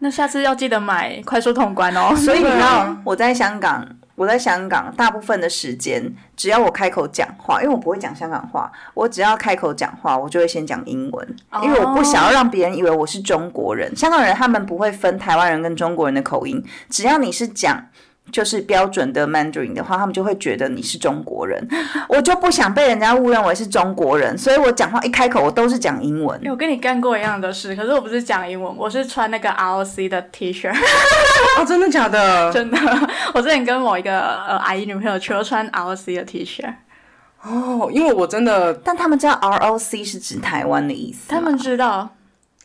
Speaker 2: 那下次要记得买快速通关哦。
Speaker 1: 所以你知
Speaker 3: 对
Speaker 1: 道
Speaker 3: 啊
Speaker 1: 我在香港，我在香港大部分的时间，只要我开口讲话，因为我不会讲香港话，我只要开口讲话，我就会先讲英文，
Speaker 3: 哦
Speaker 1: 因为我不想要让别人以为我是中国人。香港人他们不会分台湾人跟中国人的口音，只要你是讲。就是标准的 Mandarin 的话，他们就会觉得你是中国人，我就不想被人家误认为是中国人，所以我讲话一开口我都是讲英文
Speaker 2: 哎、。我跟你干过一样的事，可是我不是讲英文，我是穿那个 ROC 的 T 恤，
Speaker 3: 啊，真的假的？
Speaker 2: 真的。我之前跟某一个呃阿姨女朋友去，我穿 ROC 的 T 恤，
Speaker 3: 哦，因为我真的，
Speaker 1: 但他们知道 ROC 是指台湾的意思吗，
Speaker 2: 他们知道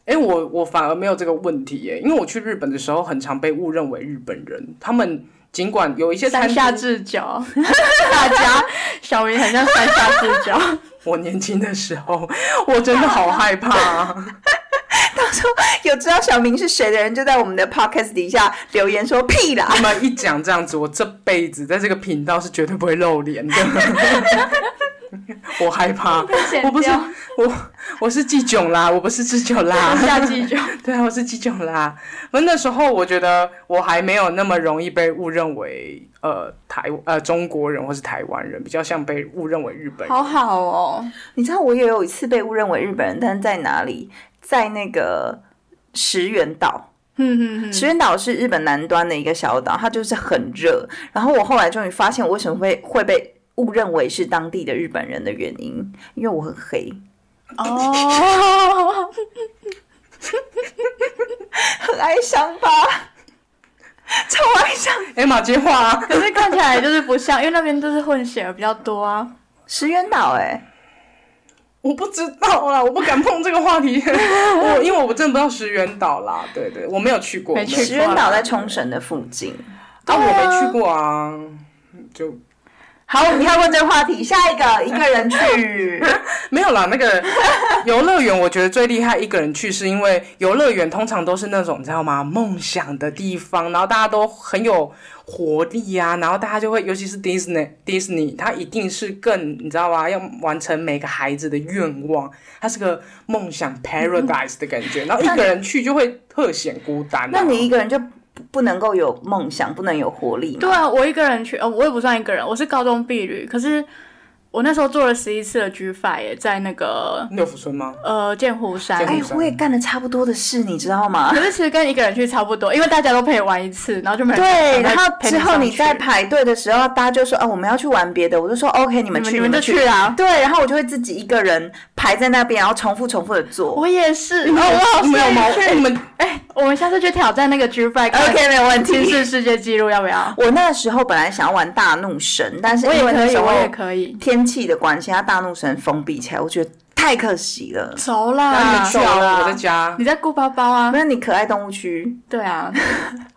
Speaker 3: 哎、我我反而没有这个问题耶，因为我去日本的时候，很常被误认为日本人。他们尽管有一些
Speaker 2: 三
Speaker 3: 餐
Speaker 2: 下
Speaker 3: 厅，
Speaker 2: 智久， 大家小明很像三下智 久。
Speaker 3: 我年轻的时候，我真的好害怕、
Speaker 1: 有知道小明是谁的人，就在我们的 podcast 底下留言说屁啦。
Speaker 3: 他们一讲这样子，我这辈子在这个频道是绝对不会露脸的。我害怕，
Speaker 2: 剪
Speaker 3: 我不是
Speaker 2: 掉
Speaker 3: 我，我是季囧啦，我不是智久啦
Speaker 2: 三。下智久，
Speaker 3: 对啊，我是鸡囧啦。那那时候我觉得我还没有那么容易被误认为呃台呃中国人或是台湾人，比较像被误认为日本人。
Speaker 2: 好好哦。
Speaker 1: 你知道我也有一次被误认为日本人，但是在哪里？在那个石原岛。
Speaker 2: 嗯嗯嗯，
Speaker 1: 石原岛是日本南端的一个小岛，它就是很热。然后我后来终于发现，我为什么会会被误认为是当地的日本人的原因，因为我很黑。
Speaker 2: 哦，
Speaker 1: 很爱伤疤， 超爱伤。
Speaker 3: 哎，马接话、啊，
Speaker 2: 可是看起来就是不像，因为那边就是混血儿比较多啊。
Speaker 1: 石原岛、哎，
Speaker 3: 我不知道啦，我不敢碰这个话题。 我因为我真的不知道石原岛啦，对对，我没有去过，
Speaker 2: 没
Speaker 3: 我
Speaker 2: 去
Speaker 3: 有
Speaker 2: 过
Speaker 1: 石原岛在冲绳的附近。
Speaker 3: 啊，我没去过啊，就
Speaker 1: 好，我们跳过这个话题，下一个一个人 去。
Speaker 3: 没有啦。那个 游乐园，我觉得最厉害一个人去，是因为游乐园通常都是那种你知道吗？梦想的地方，然后大家都很有活力啊，然后大家就会，尤其是 Disney Disney，它一定是更你知道吗？要完成每个孩子的愿望，它是个梦想 paradise 的感觉。然后一个人去就会特显孤单、啊。
Speaker 1: 那你一个人就不不能够有梦想，不能有活力吗？
Speaker 2: 对啊，我一个人去，呃，我也不算一个人，我是高中毕旅，可是我那时候做了十一次的 G Five，耶在那个
Speaker 3: 六福村吗？
Speaker 2: 呃剑湖山。
Speaker 1: 哎
Speaker 3: 剑湖，山
Speaker 1: 我也干了差不多的事，你知道吗
Speaker 2: 可？是其实跟一个人去差不多，因为大家都陪玩一次，然后就没人
Speaker 1: 对，
Speaker 2: 想再
Speaker 1: 然后
Speaker 2: 陪
Speaker 1: 之后
Speaker 2: 上
Speaker 1: 你在
Speaker 2: 去
Speaker 1: 排队的时候，大家就说：“哦，我们要去玩别的。”我就说：“OK，你们
Speaker 2: 你
Speaker 1: 去，
Speaker 2: 们你们就
Speaker 1: 去。
Speaker 2: 去啊。
Speaker 1: 对，然后我就会自己一个人排在那边，然后重复重复的做。
Speaker 2: 我也是，哦，我好
Speaker 3: 没有吗？
Speaker 2: 去
Speaker 3: 哎你们
Speaker 2: 我们下次去挑战那个 G Five。
Speaker 1: OK，没有问
Speaker 2: 新
Speaker 1: 题。
Speaker 2: 式世界纪录要不要？
Speaker 1: 我那时候本来想要玩大怒神，但是
Speaker 2: 我也
Speaker 1: 因为
Speaker 2: 可
Speaker 1: 那
Speaker 2: 以，
Speaker 1: 时候
Speaker 2: 我也可以。
Speaker 1: 天气的关系，它大怒神封闭起来，我觉得太可惜了。
Speaker 2: 熟
Speaker 3: 那你
Speaker 2: 啦
Speaker 3: 们去
Speaker 1: 走
Speaker 3: 啊，
Speaker 1: 啦
Speaker 3: 我在家。
Speaker 2: 你在顾包包啊？
Speaker 1: 那你可爱动物区，
Speaker 2: 对啊，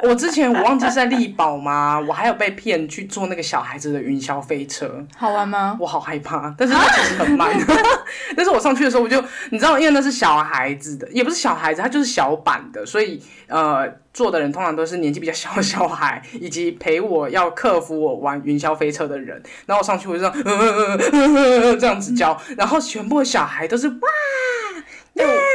Speaker 3: 我之前我忘记是在力宝吗？我还有被骗去坐那个小孩子的云霄飞车，
Speaker 2: 好 玩吗？
Speaker 3: 我好害怕，但是它其实很慢。
Speaker 2: 啊
Speaker 3: 但是我上去的时候，我就你知道，因为那是小孩子的，也不是小孩子，它就是小版的，所以呃，坐的人通常都是年纪比较小的小孩，以及陪我要克服我玩云霄飞车的人。然后我上去我就这样，呃呃呃呃呃 这样子教，
Speaker 2: 嗯
Speaker 3: 然后全部的小孩都是哇，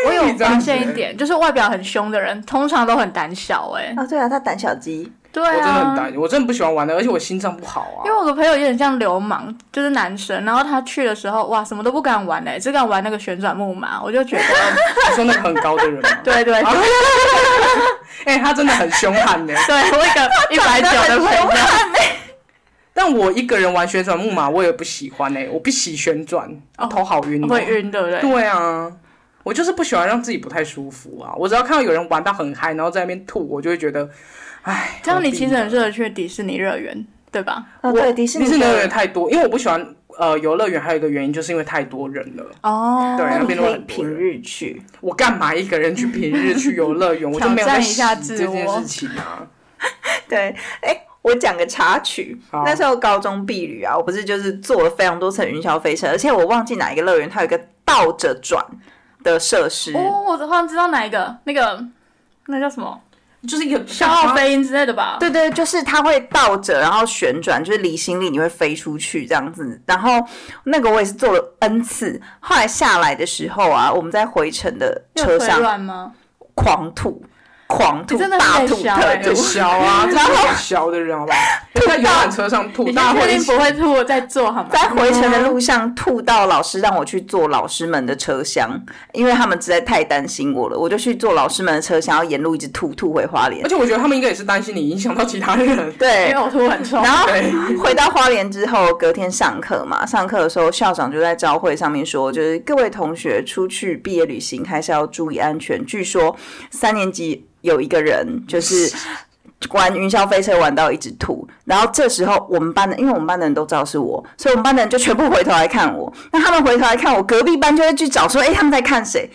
Speaker 2: 我有
Speaker 3: 这样
Speaker 2: 发
Speaker 3: 子
Speaker 2: 现一点，就是外表很凶的人，通常都很胆小、欸。哎，
Speaker 1: 啊，对啊，他胆小鸡，
Speaker 2: 对
Speaker 3: 我真的很
Speaker 2: 啊，
Speaker 3: 担心，我真的不喜欢玩的，而且我心脏不好啊
Speaker 2: 因。为我的朋友有点像流氓，就是男生，然后他去的时候，哇，什么都不敢玩哎、只敢玩那个旋转木马，我就觉得，
Speaker 3: 你说那个很高的人吗？
Speaker 2: 对对
Speaker 3: 啊哎、他真的很凶悍呢。
Speaker 2: 对，我一 个一百九的朋友，
Speaker 3: 但我一个人玩旋转木马，我也不喜欢呢、欸我不喜旋转，头好晕、哦。
Speaker 2: 嗯会晕，对不对？
Speaker 3: 对啊，我就是不喜欢让自己不太舒服啊。我只要看到有人玩到很嗨，然后在那边吐，我就会觉得，哎，
Speaker 2: 这样你
Speaker 3: 何必
Speaker 2: 其实很适合去迪士尼乐园，对吧？
Speaker 1: 啊，
Speaker 3: 我
Speaker 1: 对，迪士尼
Speaker 3: 迪士尼乐园
Speaker 1: 的，
Speaker 3: 太多，因为我不喜欢呃游乐园，还有一个原因就是因为太多人了。
Speaker 2: 哦，
Speaker 3: 对
Speaker 1: 那
Speaker 3: 那
Speaker 1: 你
Speaker 3: 边都
Speaker 1: 可以
Speaker 3: 很多
Speaker 1: 平
Speaker 3: 人
Speaker 1: 日去。
Speaker 3: 我干嘛一个人去平日去游乐 园？我就没有
Speaker 2: 挑
Speaker 3: 在
Speaker 2: 战一下
Speaker 3: 洗
Speaker 2: 自
Speaker 3: 这件
Speaker 2: 我
Speaker 3: 事情啊。
Speaker 1: 对，哎，我讲个插曲，
Speaker 3: 好
Speaker 1: 那时候高中毕旅啊，我不是就是坐了非常多层云霄飞车，而且我忘记哪一个乐园它有一个倒着转的设施。
Speaker 2: 哦哦，我好像知道哪一个，那个那叫什么
Speaker 3: 就是一个
Speaker 2: 消耗飞鹰之类的吧？
Speaker 1: 对对，就是它会倒着，然后旋转，就是离心力你会飞出去这样子。然后那个我也是做了 N 次，后来下来的时候啊，我们在回程的
Speaker 2: 你有
Speaker 1: 车
Speaker 2: 腿
Speaker 1: 上
Speaker 2: 软吗？
Speaker 1: 狂吐，狂吐，
Speaker 2: 你真的
Speaker 1: 大
Speaker 2: 很
Speaker 1: 吐
Speaker 2: 小
Speaker 1: 特
Speaker 2: 欸
Speaker 1: 吐
Speaker 3: 很，小啊，这
Speaker 1: 然后
Speaker 3: 是很小的人，好 不好？就在游览车上吐，
Speaker 2: 你
Speaker 3: 大
Speaker 2: 先
Speaker 3: 家会
Speaker 2: 确
Speaker 3: 一
Speaker 2: 定
Speaker 3: 起
Speaker 2: 不会吐再做好吗？
Speaker 1: 在回程的路上吐到老师让我去坐老师们的车厢，因为他们实在太担心我了，我就去坐老师们的车厢，然后沿路一直吐吐回花莲
Speaker 3: 而。且我觉得他们应该也是担心你影响到其他人。
Speaker 1: 对
Speaker 2: 因为，我吐很臭
Speaker 1: 然。后
Speaker 3: 对，
Speaker 1: 回到花莲之后，隔天上课嘛，上课的时候校长就在招会上面说，就是各位同学出去毕业旅行还是要注意安全。据说三年级有一个人就是。玩云霄飞车玩到一直吐，然后这时候我们班的，因为我们班的人都知道是我，所以我们班的人就全部回头来看我。那他们回头来看我，隔壁班就会去找说，哎，他们在看谁？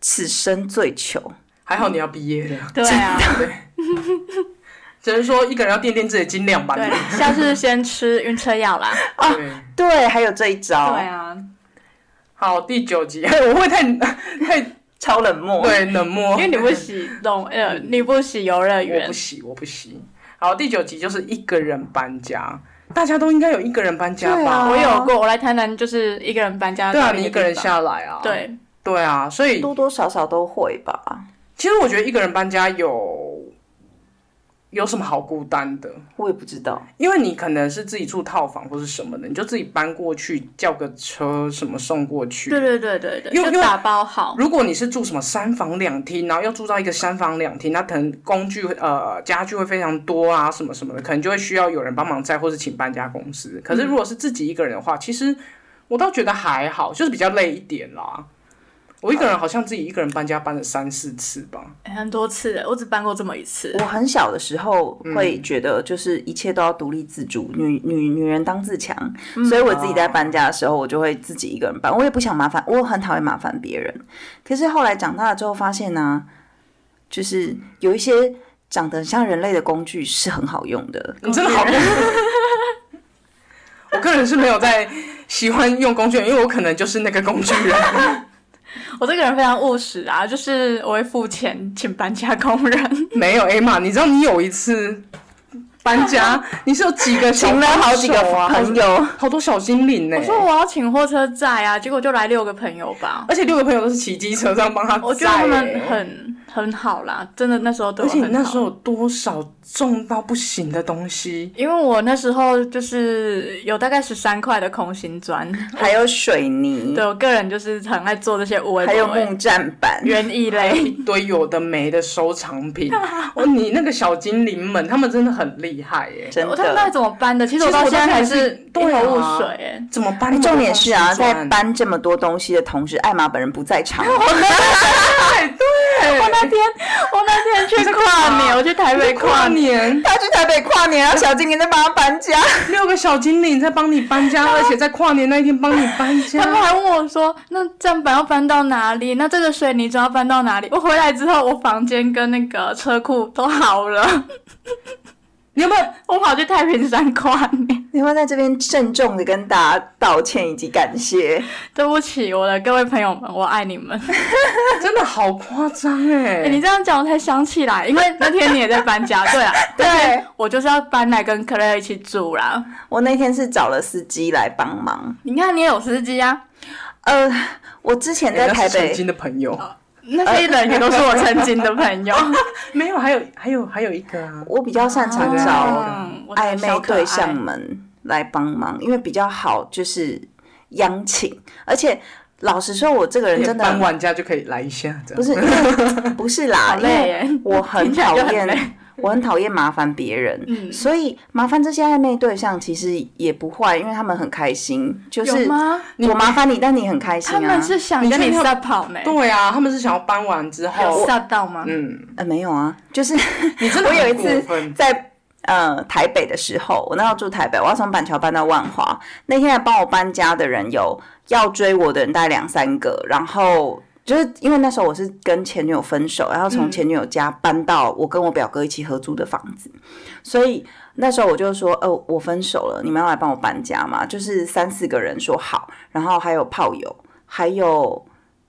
Speaker 1: 此生最糗。
Speaker 3: 还好你要毕业了，
Speaker 2: 对 啊，
Speaker 3: 只能说一个人要掂掂自己的斤两吧。
Speaker 2: 对，下次先吃晕车药啦。
Speaker 3: 对，
Speaker 1: 对，还有这一招，
Speaker 2: 对啊，
Speaker 3: 好，第九集，我会太太
Speaker 1: 超冷漠。
Speaker 3: 对冷漠，
Speaker 2: 因为你不洗龙，呃，你不洗游乐
Speaker 3: 哦嗯我
Speaker 2: 园
Speaker 3: 不，洗，我不洗。好，第九集就是一个人搬家，大家都应该有一个人搬家
Speaker 1: 对啊
Speaker 3: 吧？
Speaker 2: 我有过，我来台南就是一个人搬家，
Speaker 3: 对啊，
Speaker 2: 到
Speaker 3: 你一
Speaker 2: 个
Speaker 3: 个人
Speaker 2: 地方，
Speaker 3: 下来啊？，
Speaker 2: 对，
Speaker 3: 对啊，所以
Speaker 1: 多多少少都会吧。
Speaker 3: 其实我觉得一个人搬家有有什么好孤单的？
Speaker 1: 我也不知道，
Speaker 3: 因为你可能是自己住套房或是什么的，你就自己搬过去，叫个车什么送过去。
Speaker 2: 对对对对对，
Speaker 3: 因为因
Speaker 2: 就
Speaker 3: 为
Speaker 2: 打包好，
Speaker 3: 如果你是住什么三房两厅，然后要住到一个三房两厅，那可能工具呃家具会非常多啊，什么什么的，可能就会需要有人帮忙载，或是请搬家公司。可是如果是自己一个人的话，其实我倒觉得还好，就是比较累一点啦。我一个人好像自己一个人搬家搬了三四次吧，
Speaker 2: 哎很多次了，我只搬过这么一次
Speaker 1: 我。很小的时候
Speaker 3: 嗯
Speaker 1: 会觉得，就是一切都要独立自主，女女女人当自强。
Speaker 3: 嗯
Speaker 1: 所以我
Speaker 3: 哦
Speaker 1: 自己在搬家的时候，我就会自己一个人搬，我也不想麻烦，我很讨厌麻烦别人。可是后来长大了之后，发现呢、就是有一些长得很像人类的工具是很好用的。
Speaker 3: 你真的好。我个人是没有在喜欢用工具人，因为我可能就是那个工具人。
Speaker 2: 我这个人非常务实啊，就是我会付钱请搬家工 人，
Speaker 3: 没有 A 嘛，你知道你有一次搬 家，你是有几个小
Speaker 1: 请了好几个
Speaker 3: 帮手啊，
Speaker 1: 朋友，
Speaker 3: 好多小精灵呢、
Speaker 2: 我说我要请货车载啊，结果就来六个朋友吧，
Speaker 3: 而且六个朋友都是骑机车这样帮他载、欸。
Speaker 2: 我觉得他们很很好啦，真的那时候对
Speaker 3: 而
Speaker 2: 我
Speaker 3: 且你那
Speaker 2: 很
Speaker 3: 时
Speaker 2: 好。
Speaker 3: 候有多少重到不行的东西？
Speaker 2: 因为我那时候就是有大概十三块的空心砖，
Speaker 3: 嗯
Speaker 1: 还有水泥，
Speaker 2: 对我个人就是很爱做这些无为
Speaker 1: 还有木栈板，
Speaker 2: 园艺 类，
Speaker 3: 一堆有的没的收藏 品，哦，你那个小精灵们，他们真的很厉害 耶、
Speaker 1: 真
Speaker 2: 我他们到底
Speaker 1: 的。
Speaker 2: 怎么搬的？其
Speaker 3: 其
Speaker 2: 实我
Speaker 3: 实
Speaker 2: 到
Speaker 3: 我
Speaker 2: 现在
Speaker 3: 到现在
Speaker 2: 还
Speaker 3: 还
Speaker 2: 是
Speaker 3: 是
Speaker 2: 一头
Speaker 3: 对啊
Speaker 2: 雾水哎、
Speaker 3: 怎么搬
Speaker 1: 哎
Speaker 3: 那么多
Speaker 1: 重
Speaker 3: 东西
Speaker 1: 点是啊，在
Speaker 3: 砖
Speaker 1: 搬这么多东西的同时，艾玛本人不在 场。哦
Speaker 2: 我那天我那天去跨年，我去台北跨
Speaker 3: 跨
Speaker 2: 年，
Speaker 3: 年，
Speaker 1: 他去台北跨年，然后小精灵在帮他搬家。
Speaker 3: 六个小精灵在帮你搬 家，而且在跨年那一天帮你搬家。
Speaker 2: 啊他们还问我说：“那站板要搬到哪里？那这个水泥砖要搬到哪里？”我回来之后，我房间跟那个车库都好了，
Speaker 3: 你有没有
Speaker 2: 我跑去太平山跨年。
Speaker 1: 你会在这边郑重的跟大家道歉以及感谢。
Speaker 2: 对不起，我的各位朋友们，我爱 你们。
Speaker 3: 真的好夸张哎！
Speaker 2: 哎你这样讲，我才想起来，因为那天你也在搬 家，对啊，
Speaker 1: 对
Speaker 2: 我就是要搬来跟 Claire 一起住啦。
Speaker 1: 我那天是找了司机来帮忙。
Speaker 2: 你看，你也有司机啊。
Speaker 1: 呃，我之前在
Speaker 3: 人家
Speaker 1: 台
Speaker 3: 哎是曾
Speaker 1: 北，哦
Speaker 3: 经的朋友，
Speaker 2: 那些人也都是我曾经的朋 友，
Speaker 3: 没有，还有还有还有一个啊，
Speaker 1: 我比较擅长找
Speaker 2: 嗯我的
Speaker 1: 暧
Speaker 2: 小
Speaker 1: 昧
Speaker 2: 可
Speaker 1: 对象
Speaker 2: 爱
Speaker 1: 们来帮忙，因为比较好就是央请，而且老实说，我这个人真的
Speaker 3: 搬完家就可以来一下，这
Speaker 1: 不是
Speaker 3: 样
Speaker 1: 因为不是啦，
Speaker 2: 好
Speaker 1: 因
Speaker 2: 累啊
Speaker 1: 为
Speaker 2: 耶，
Speaker 1: 我很
Speaker 2: 听起来
Speaker 1: 讨
Speaker 2: 就很累
Speaker 1: 厌，我很讨厌麻烦别人，
Speaker 2: 嗯
Speaker 1: 所以麻烦这些暧昧对象其实也不坏，因为他们很开心，就是
Speaker 2: 有吗？
Speaker 1: 我麻烦你，但你很开心
Speaker 2: 他
Speaker 1: 啊。
Speaker 2: 们是想跟你赛跑呢，
Speaker 3: 对啊，他们是想要搬完之
Speaker 2: 有
Speaker 3: 后，
Speaker 2: 赛到吗？
Speaker 3: 嗯，
Speaker 1: 呃没有啊，就是
Speaker 3: 你真的
Speaker 1: 我有一
Speaker 3: 很过
Speaker 1: 次
Speaker 3: 分
Speaker 1: 在呃台北的时候，我那时候住台北，我要从板桥搬到万华。那天来帮我搬家的人有要追我的人大概两三个，然后。就是因为那时候我是跟前女友分手，然后从前女友家搬到我跟我表哥一起合租的房子，所以那时候我就说，呃，我分手了，你们要来帮我搬家嘛？就是三四个人说好，然后还有炮友，还有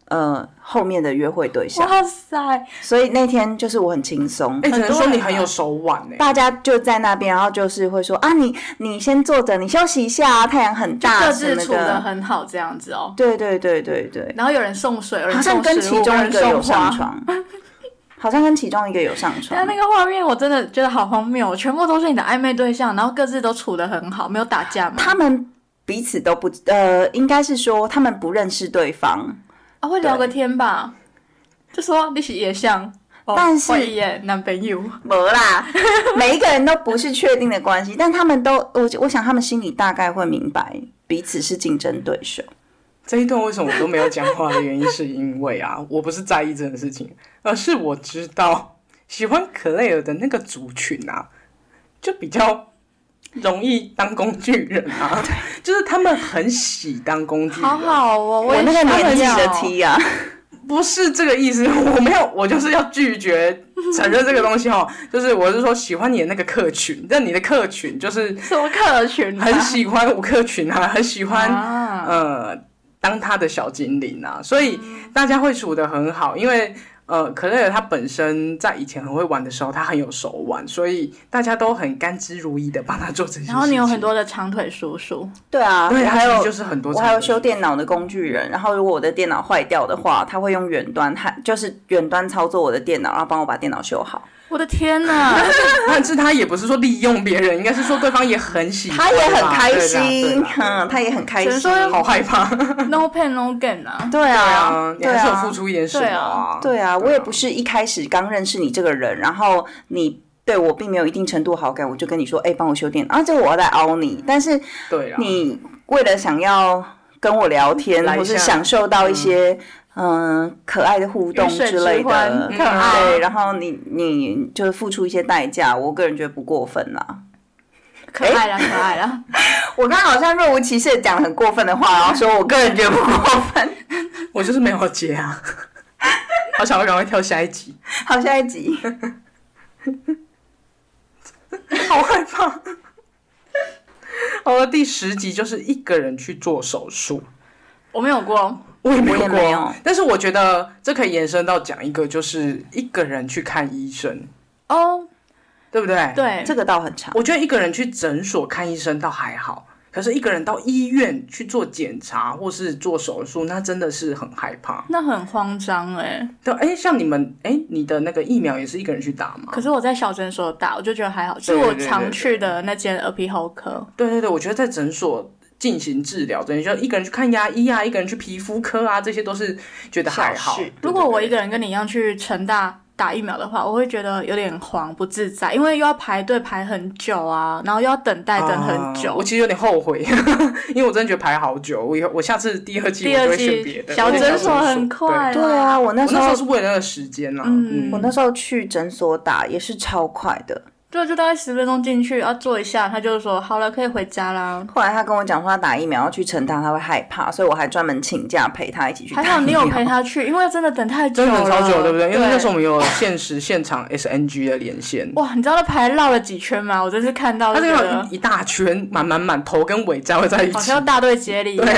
Speaker 1: 呃后面的约会对象，
Speaker 2: 哇塞，
Speaker 1: 所以那天就是我很轻松。
Speaker 3: 哎、只能
Speaker 2: 很多
Speaker 3: 说你
Speaker 2: 人
Speaker 3: 很
Speaker 2: 啊
Speaker 3: 有手腕欸呢、
Speaker 1: 大家就在那边，然后就是会说啊，你你先坐着，你休息一下啊，太阳很大
Speaker 2: 各
Speaker 1: 什
Speaker 2: 自
Speaker 1: 么
Speaker 2: 处的
Speaker 1: 的。
Speaker 2: 很好这样子哦。
Speaker 1: 对对对对对，
Speaker 2: 然后有人送水，有人
Speaker 1: 好像
Speaker 2: 送
Speaker 1: 跟
Speaker 2: 食
Speaker 1: 其
Speaker 2: 物，有
Speaker 1: 中一
Speaker 2: 人
Speaker 1: 个有
Speaker 2: 送花
Speaker 1: 上。床， 好像跟其中一个有上
Speaker 2: 但
Speaker 1: 床
Speaker 2: 那。个画面我真的觉得好荒谬哦，全部都是你的暧昧对象，然后各自都处得很好，没有打架嘛？
Speaker 1: 他们彼此都不呃，应该是说他们不认识对方，
Speaker 2: 啊，会聊个天吧，就说你是野象，哦
Speaker 1: 但是
Speaker 2: 我野男朋友，
Speaker 1: 没啦， 每一个人都不是确定的关系，但他们都我我想他们心里大概会明白彼此是竞争对手。
Speaker 3: 这一段为什么我都没有讲话的原因，是因为啊， 我不是在意这件事情，而是我知道喜欢克雷尔的那个族群啊，就比较容易当工具人啊，就是他们很喜当工具人。
Speaker 2: 好好哦，
Speaker 1: 我
Speaker 2: 也
Speaker 1: 那个
Speaker 2: 想
Speaker 1: 年纪的
Speaker 2: 要
Speaker 1: T 啊，
Speaker 3: 不是这个意思， 我没有，我就是要拒绝承认这个东西哦。 就是我是说，喜欢你的那个客群，但你的客群就是
Speaker 2: 什么客群啊、
Speaker 3: 很喜欢吴克群啊， 很喜欢、
Speaker 2: 啊，
Speaker 3: 呃当他的小精灵啊，所以
Speaker 1: 嗯
Speaker 3: 大家会处得很好，因为。呃，可乐他本身在以前很会玩的时候，他很有手腕，所以大家都很甘之如饴的帮他做这些事情。
Speaker 2: 然后你有很多的长腿叔叔，
Speaker 1: 对啊，
Speaker 3: 对，
Speaker 1: 还
Speaker 3: 他其
Speaker 1: 有
Speaker 3: 实就是很多
Speaker 1: 我
Speaker 3: 才能。
Speaker 1: 还有修电脑的工具人，然后如果我的电脑坏掉的话，他会用远端，还就是远端操作我的电脑，然后帮我把电脑修好。
Speaker 2: 我的天 哪！
Speaker 3: 但是他也不是说利用别人，应该是说对方也很喜欢吧，
Speaker 1: 他也很开
Speaker 3: 嗯对
Speaker 1: 心，
Speaker 3: 啦对啦
Speaker 1: 嗯，他也很开
Speaker 2: 只
Speaker 1: 心
Speaker 2: 能。说
Speaker 3: 好害怕。
Speaker 2: No pain no gain 啊！
Speaker 1: 对啊，
Speaker 3: 你
Speaker 1: 对
Speaker 3: 还是有
Speaker 1: 啊
Speaker 3: 付，出一点什么啊？
Speaker 1: 对啊，我也不是一开始刚认识你这个人，然后你。对我并没有一定程度好感，我就跟你说，哎、帮我修电脑啊，这我要来凹你。但是
Speaker 3: 对啊啦，
Speaker 1: 你为了想要跟我聊天，
Speaker 3: 来一
Speaker 1: 或是
Speaker 3: 下
Speaker 1: 享受到一些嗯、可爱的互动
Speaker 2: 鱼水
Speaker 1: 之类
Speaker 2: 之欢
Speaker 1: 的，
Speaker 2: 可爱
Speaker 1: 对，然后你你就是付出一些代价，我个人觉得不过分啦。
Speaker 3: 哎
Speaker 2: 可爱啦，可爱啦！
Speaker 1: 我刚刚好像若无其事地讲了很过分的话，然后说我个人觉得不过 分。
Speaker 3: 我就是没有接啊。 好想要赶快跳下一集，
Speaker 1: 好，下一集。
Speaker 3: 好害怕。好了，第十集就是一个人去做手术，
Speaker 2: 我没有过，
Speaker 3: 我也没
Speaker 1: 我
Speaker 3: 有
Speaker 1: 也
Speaker 3: 过，
Speaker 1: 没有
Speaker 3: 但是我觉得这可以延伸到讲一个，就是一个人去看医生，
Speaker 2: 哦，
Speaker 3: 对不对？
Speaker 2: 对，
Speaker 1: 这个倒很长，
Speaker 3: 我觉得一个人去诊所看医生倒还好，可是一个人到医院去做检查或是做手术，那真的是很害怕。
Speaker 2: 那很慌张哎、
Speaker 3: 对，哎，像你们，哎，你的那个疫苗也是一个人去打吗？
Speaker 2: 可是我在小诊所打，我就觉得还好，是
Speaker 3: 对对
Speaker 2: 我
Speaker 3: 对对
Speaker 2: 常去的那间耳鼻喉科。
Speaker 3: 对对对，我觉得在诊所进行治疗，等于就一个人去看牙医啊，一个人去皮肤科啊，这些都是觉得还好
Speaker 1: 小事。
Speaker 2: 如果我一
Speaker 3: 个
Speaker 2: 个人跟你一样去成大打疫苗的话，我会觉得有点慌不自在，因为又要排队排很久啊，然后又要等待等很久。
Speaker 3: 啊我其实有点后悔，因为我真的觉得排好久。我以后我下次第二季
Speaker 2: 第
Speaker 3: 我就
Speaker 2: 二
Speaker 3: 会选
Speaker 2: 季
Speaker 3: 别的
Speaker 2: 小
Speaker 3: 我就
Speaker 2: 诊
Speaker 3: 所
Speaker 2: 所很快，
Speaker 3: 对
Speaker 1: 对啊，，我那
Speaker 3: 我
Speaker 1: 时
Speaker 3: 那时
Speaker 1: 候
Speaker 3: 候是为了那个时间啊，
Speaker 2: 嗯
Speaker 3: 嗯，
Speaker 1: 我那时候去诊所打也是超快的，
Speaker 2: 对，就大概十分钟进去，要啊坐一下，他就说好了，可以回家啦。
Speaker 1: 后来他跟我讲说他打疫苗要去成堂，他会害怕，所以我还专门请假陪他一起去打
Speaker 2: 还
Speaker 1: 疫苗。
Speaker 2: 好你有陪他去，因为真的等太久
Speaker 3: 真的
Speaker 2: 了，
Speaker 3: 很超久，对不对？因为那时候我们有限时现场 SNG 的连线，
Speaker 2: 哇，你知道他排绕了几圈吗？我真是看到
Speaker 3: 它
Speaker 2: 就
Speaker 3: 这
Speaker 2: 觉
Speaker 3: 个
Speaker 2: 得
Speaker 3: 一大圈，满满满，头跟尾交在一
Speaker 2: 好
Speaker 3: 起
Speaker 2: 像。要大队接力一样。
Speaker 3: 对，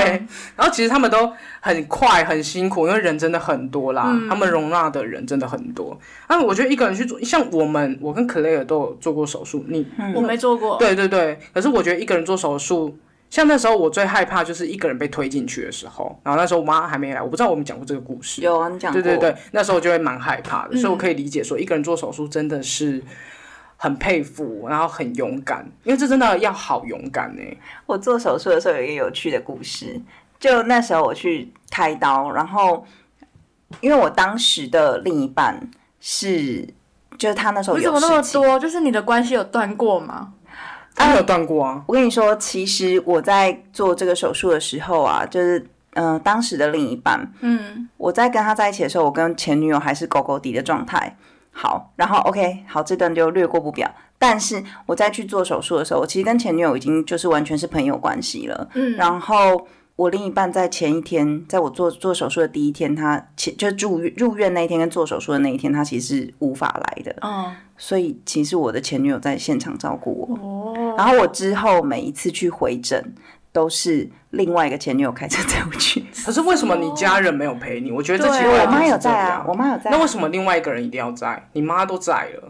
Speaker 3: 然后其实他们都很快很辛苦，因为人真的很多啦，
Speaker 2: 嗯
Speaker 3: 他们容纳的人真的很多。那我觉得一个人去做，像我们，我跟 Claire 都有做过手术，你、
Speaker 1: 嗯
Speaker 2: 嗯我没做过，
Speaker 3: 对对对，可是我觉得一个人做手术。像那时候我最害怕就是一个人被推进去的时候，然后那时候我妈还没来，我不知道我们讲过这个故事。
Speaker 1: 有啊，你讲
Speaker 3: 对
Speaker 1: 过。
Speaker 3: 对对，那时候我就会蛮害怕的，
Speaker 2: 嗯
Speaker 3: 所以我可以理解说一个人做手术真的是很佩服，然后很勇敢，因为这真的要好勇敢欸呢、
Speaker 1: 我做手术的时候有一个有趣的故事，就那时候我去开刀，然后因为我当时的另一半是，就是他那时候
Speaker 2: 你怎
Speaker 1: 有
Speaker 2: 么那么
Speaker 1: 事情。
Speaker 2: 多？就是你的关系有断过吗？
Speaker 3: 他没有断过啊，
Speaker 1: 我跟你说，其实我在做这个手术的时候啊，就是嗯、呃当时的另一半，
Speaker 2: 嗯，
Speaker 1: 我在跟他在一起的时候，我跟前女友还是狗狗底的状态。好，然后 OK，好，这段就略过不表。但是我在去做手术的时候，我其实跟前女友已经就是完全是朋友关系了。
Speaker 2: 嗯
Speaker 1: 然后我另一半在前一天，在我做做手术的第一天，他前就住院入院那一天跟做手术的那一天，他其实是无法来的，
Speaker 2: 嗯，
Speaker 1: 所以其实我的前女友在现场照顾我。
Speaker 2: 哦，
Speaker 1: 然后我之后每一次去回诊，都是另外一个前女友开车载我去。
Speaker 3: 可是为什么
Speaker 2: 哦
Speaker 3: 你家人没有陪你？我觉得这奇怪
Speaker 2: 对啊
Speaker 1: 我
Speaker 3: 的地方
Speaker 1: 妈有
Speaker 3: 是这
Speaker 1: 在啊
Speaker 3: 样，
Speaker 1: 我妈有在啊、
Speaker 3: 那为什么另外一个人一定要在？你妈都在了，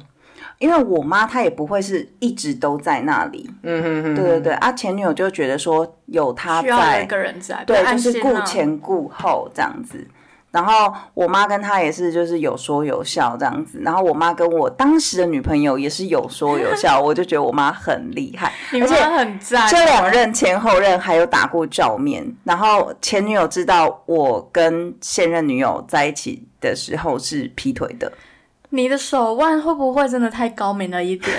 Speaker 1: 因为我妈她也不会是一直都在那里。
Speaker 3: 嗯哼哼，
Speaker 1: 对对对，啊，前女友就觉得说有她
Speaker 2: 需要有一
Speaker 1: 在，
Speaker 2: 个人在，
Speaker 1: 对，
Speaker 2: 安
Speaker 1: 就是
Speaker 2: 心
Speaker 1: 顾
Speaker 2: 啊。
Speaker 1: 前顾后这样子。然后我妈跟她也是，就是有说有笑这样子。然后我妈跟我当时的女朋友也是有说有笑，我就觉得我妈很厉害。
Speaker 2: 你
Speaker 1: 而且
Speaker 2: 妈很赞，
Speaker 1: 这两任前后任还有打过照面，然后前女友知道我跟现任女友在一起的时候是劈腿的，
Speaker 2: 你的手腕会不会真的太高明了 一点？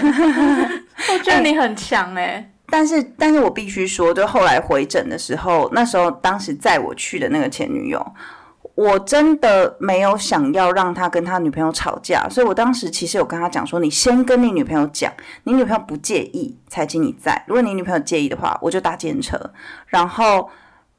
Speaker 2: 我觉得你很强哎、
Speaker 1: 但是但是我必须说，就后来回诊的时候，那时候当时载我去的那个前女友，我真的没有想要让他跟他女朋友吵架，所以我当时其实有跟他讲说，你先跟你女朋友讲，你女朋友不介意才请你载，如果你女朋友介意的话，我就搭计程车。然后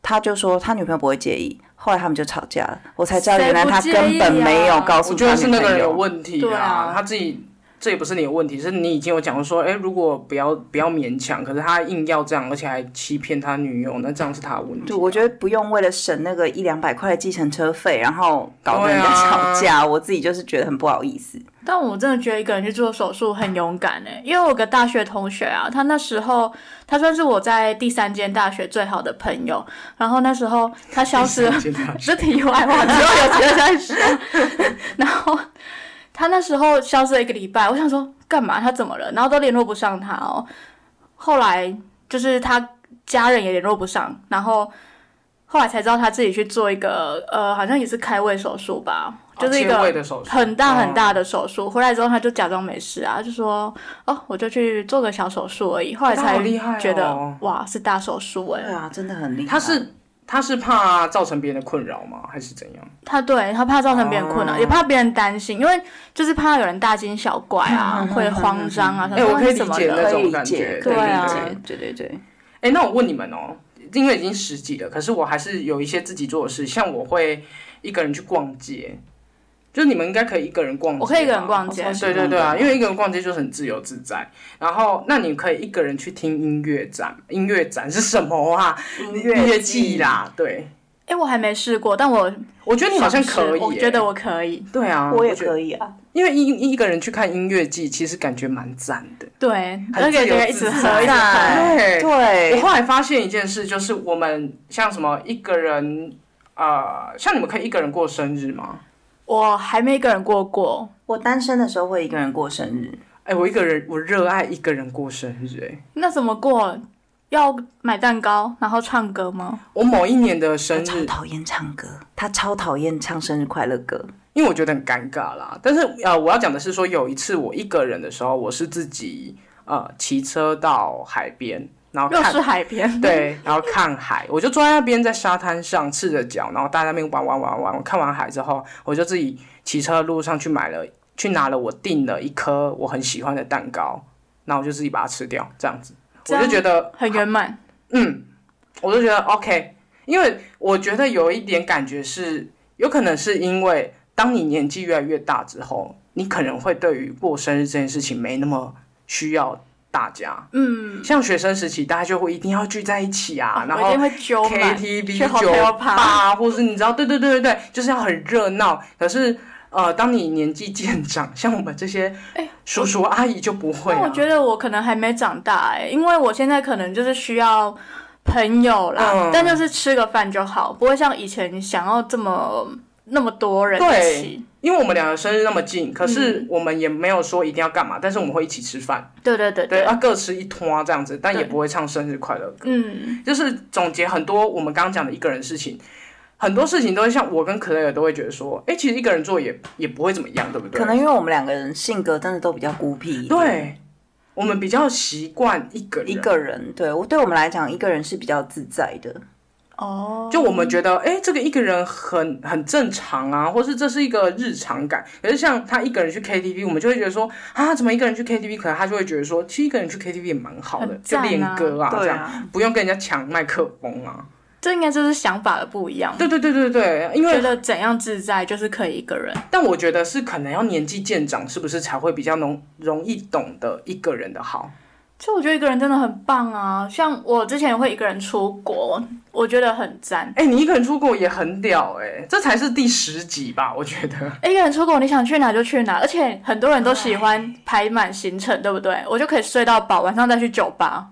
Speaker 1: 他就说他女朋友不会介意，后来他们就吵架了，我才知道
Speaker 2: 谁
Speaker 1: 原来他
Speaker 2: 不介意啊
Speaker 1: 根本没有告诉
Speaker 3: 我
Speaker 1: 他女
Speaker 3: 觉
Speaker 1: 朋友。
Speaker 3: 得是那个人有问题
Speaker 2: 对
Speaker 3: 啦，
Speaker 2: 啊
Speaker 3: 他自己这也不是你的问题，是你已经有讲说，哎、如果不要不要勉强，可是他硬要这样，而且还欺骗他女友，那这样是他的问题
Speaker 1: 对，。我觉得不用为了省那个一两百块的计程车费，然后搞得人家
Speaker 3: 对啊
Speaker 1: 吵架，我自己就是觉得很不好意思。
Speaker 2: 但我真的觉得一个人去做手术很勇敢哎、因为我有个大学同学啊，他那时候他算是我在第三间大学最好的朋友，然后那时候他消失了，
Speaker 3: 现 在
Speaker 2: 是题外话，之后有机会再说。 然后他那时候消失了一个礼拜，我想说干嘛？他怎么了？然后都联络不上他哦。后来就是他家人也联络不上，然后后来才知道他自己去做一个呃，好像也是开胃手术吧，就是一个
Speaker 3: 哦切胃的手术哦
Speaker 2: 很大很大的手术。回来之后他就假装没事啊，就说哦，我就去做个小手术而已。后来
Speaker 3: 他好
Speaker 2: 才
Speaker 3: 厉害哦
Speaker 2: 觉得、哇，是大手术哎、
Speaker 1: 对啊，真的很厉害。
Speaker 3: 他是他是怕造成别人的困扰吗？还是怎样？
Speaker 2: 他对他怕造成别人困扰，也怕别人担心，因为就是怕有人大惊小怪啊， 会慌张啊，
Speaker 3: 哦 哎、
Speaker 2: 想说
Speaker 3: 我可以
Speaker 2: 是
Speaker 3: 理
Speaker 2: 怎么
Speaker 3: 解那
Speaker 2: 了？
Speaker 1: 可以
Speaker 3: 种
Speaker 1: 理
Speaker 3: 感觉
Speaker 1: 解，，
Speaker 2: 对
Speaker 1: 可以
Speaker 2: 啊
Speaker 1: 理解，对对对。
Speaker 3: 哎、那我问你们哦，因为已经十几了，可是我还是有一些自己做的事，像我会一个人去逛街，就是你们应该可以一个人逛街吧，
Speaker 2: 我可以一个人逛街
Speaker 1: 我超喜
Speaker 3: 对
Speaker 1: 欢
Speaker 3: 对对啊，
Speaker 1: 的
Speaker 3: 因为一个人逛街就是很自由自在。然后，那你可以一个人去听音乐展，音乐展是什么啊？
Speaker 1: 音
Speaker 3: 音乐季
Speaker 1: 季，
Speaker 3: 啦，对，
Speaker 2: 哎，我还没试过，但我
Speaker 3: 我觉得你好像可以、
Speaker 2: 我觉得我可以，
Speaker 3: 对啊，
Speaker 1: 我也
Speaker 3: 觉得，
Speaker 1: 可以啊。
Speaker 3: 因为一一个人去看音乐季，其实感觉蛮赞的。
Speaker 2: 对，
Speaker 3: 很
Speaker 2: 而且
Speaker 3: 自由
Speaker 2: 觉得一直
Speaker 3: 自
Speaker 2: 喝一直
Speaker 1: 在
Speaker 2: 喝，
Speaker 3: 对，我
Speaker 1: 对，
Speaker 3: 后来发现一件事，就是我们像什么一个人，呃，像你们可以一个人过生日吗？
Speaker 2: 我还没一个人过过，
Speaker 1: 我单身的时候会一个人过生日，
Speaker 3: 哎、我一个人，我热爱一个人过生日、哎。
Speaker 2: 那怎么过？要买蛋糕，然后唱歌吗？
Speaker 3: 我某一年的生
Speaker 1: 他超
Speaker 3: 日，
Speaker 1: 讨厌唱歌，他超讨厌唱生日快乐歌。
Speaker 3: 因为我觉得很尴尬啦。但是呃，我要讲的是说，有一次我一个人的时候，我是自己呃骑车到海边，然后
Speaker 2: 又
Speaker 3: 哦看
Speaker 2: 是海 边，
Speaker 3: 对，然后看海，我就坐在那边在沙滩上赤着脚，然后大家在那边玩玩玩玩。我看完海之后，我就自己骑车的路上去买了，去拿了我订了一颗我很喜欢的蛋糕，然后我就自己把它吃掉，这样子，
Speaker 2: 这样
Speaker 3: 我就觉得
Speaker 2: 很圆满。
Speaker 3: 嗯，我就觉得 OK，因为我觉得有一点感觉是，有可能是因为当你年纪越来越大之后，你可能会对于过生日这件事情没那么需要大家。
Speaker 2: 嗯，哦
Speaker 3: 像学生时期，大家就会一定要聚在一起啊，然
Speaker 2: 我一
Speaker 3: 后
Speaker 2: 定会揪满去
Speaker 3: KTV 酒
Speaker 2: hotel 趴。
Speaker 3: 吧，或是你知道，对对对对对，就是要很热闹。可是呃，当你年纪渐长，像我们这些
Speaker 2: 哎
Speaker 3: 叔叔阿姨就不会、
Speaker 2: 那
Speaker 3: 啊。
Speaker 2: 我觉得我可能还没长大哎、因为我现在可能就是需要朋友啦，
Speaker 3: 嗯
Speaker 2: 但就是吃个饭就好，不会像以前想要这么那么多人
Speaker 3: 对
Speaker 2: 一起。嗯
Speaker 3: 因为我们两个生日那么近，可是我们也没有说一定要干嘛，但是我们会一起吃饭，
Speaker 2: 对对对
Speaker 3: 对，啊，各吃一通啊这样子，但也不会唱生日快乐歌。
Speaker 2: 嗯，
Speaker 3: 就是总结很多我们刚刚讲的一个人事情，很多事情都会像我跟克莱尔都会觉得说，哎，其实一个人做也也不会怎么样，对不对？
Speaker 1: 可能因为我们两个人性格真的都比较孤僻，，
Speaker 3: 对，我们比较习惯一个人，
Speaker 1: 一个人，对我对我们来讲，一个人是比较自在的。
Speaker 2: 哦，
Speaker 3: 就我们觉得，哎、这个一个人很很正常啊，或是这是一个日常感。可是像他一个人去 KTV，我们就会觉得说，啊，怎么一个人去 KTV？可能他就会觉得说，其实一个人去 KTV 也蛮好的，
Speaker 2: 很
Speaker 3: 就
Speaker 2: 赞啊
Speaker 3: 练歌啊，这样
Speaker 1: 啊，
Speaker 3: 不用跟人家抢麦克风啊。
Speaker 2: 这应该就是想法的不一样。
Speaker 3: 对对对对对，因
Speaker 2: 觉
Speaker 3: 为
Speaker 2: 得怎样自在就是可以一个人，
Speaker 3: 但我觉得是可能要年纪渐长，是不是才会比较容容易懂得一个人的好？
Speaker 2: 就我觉得一个人真的很棒啊，像我之前会一个人出国，我觉得很赞。
Speaker 3: 哎、你一个人出国也很屌哎、这才是第十集吧？我觉得。
Speaker 2: 一个人出国，你想去哪就去哪，而且很多人都喜欢排满行程，对不对？我就可以睡到饱，晚上再去酒吧。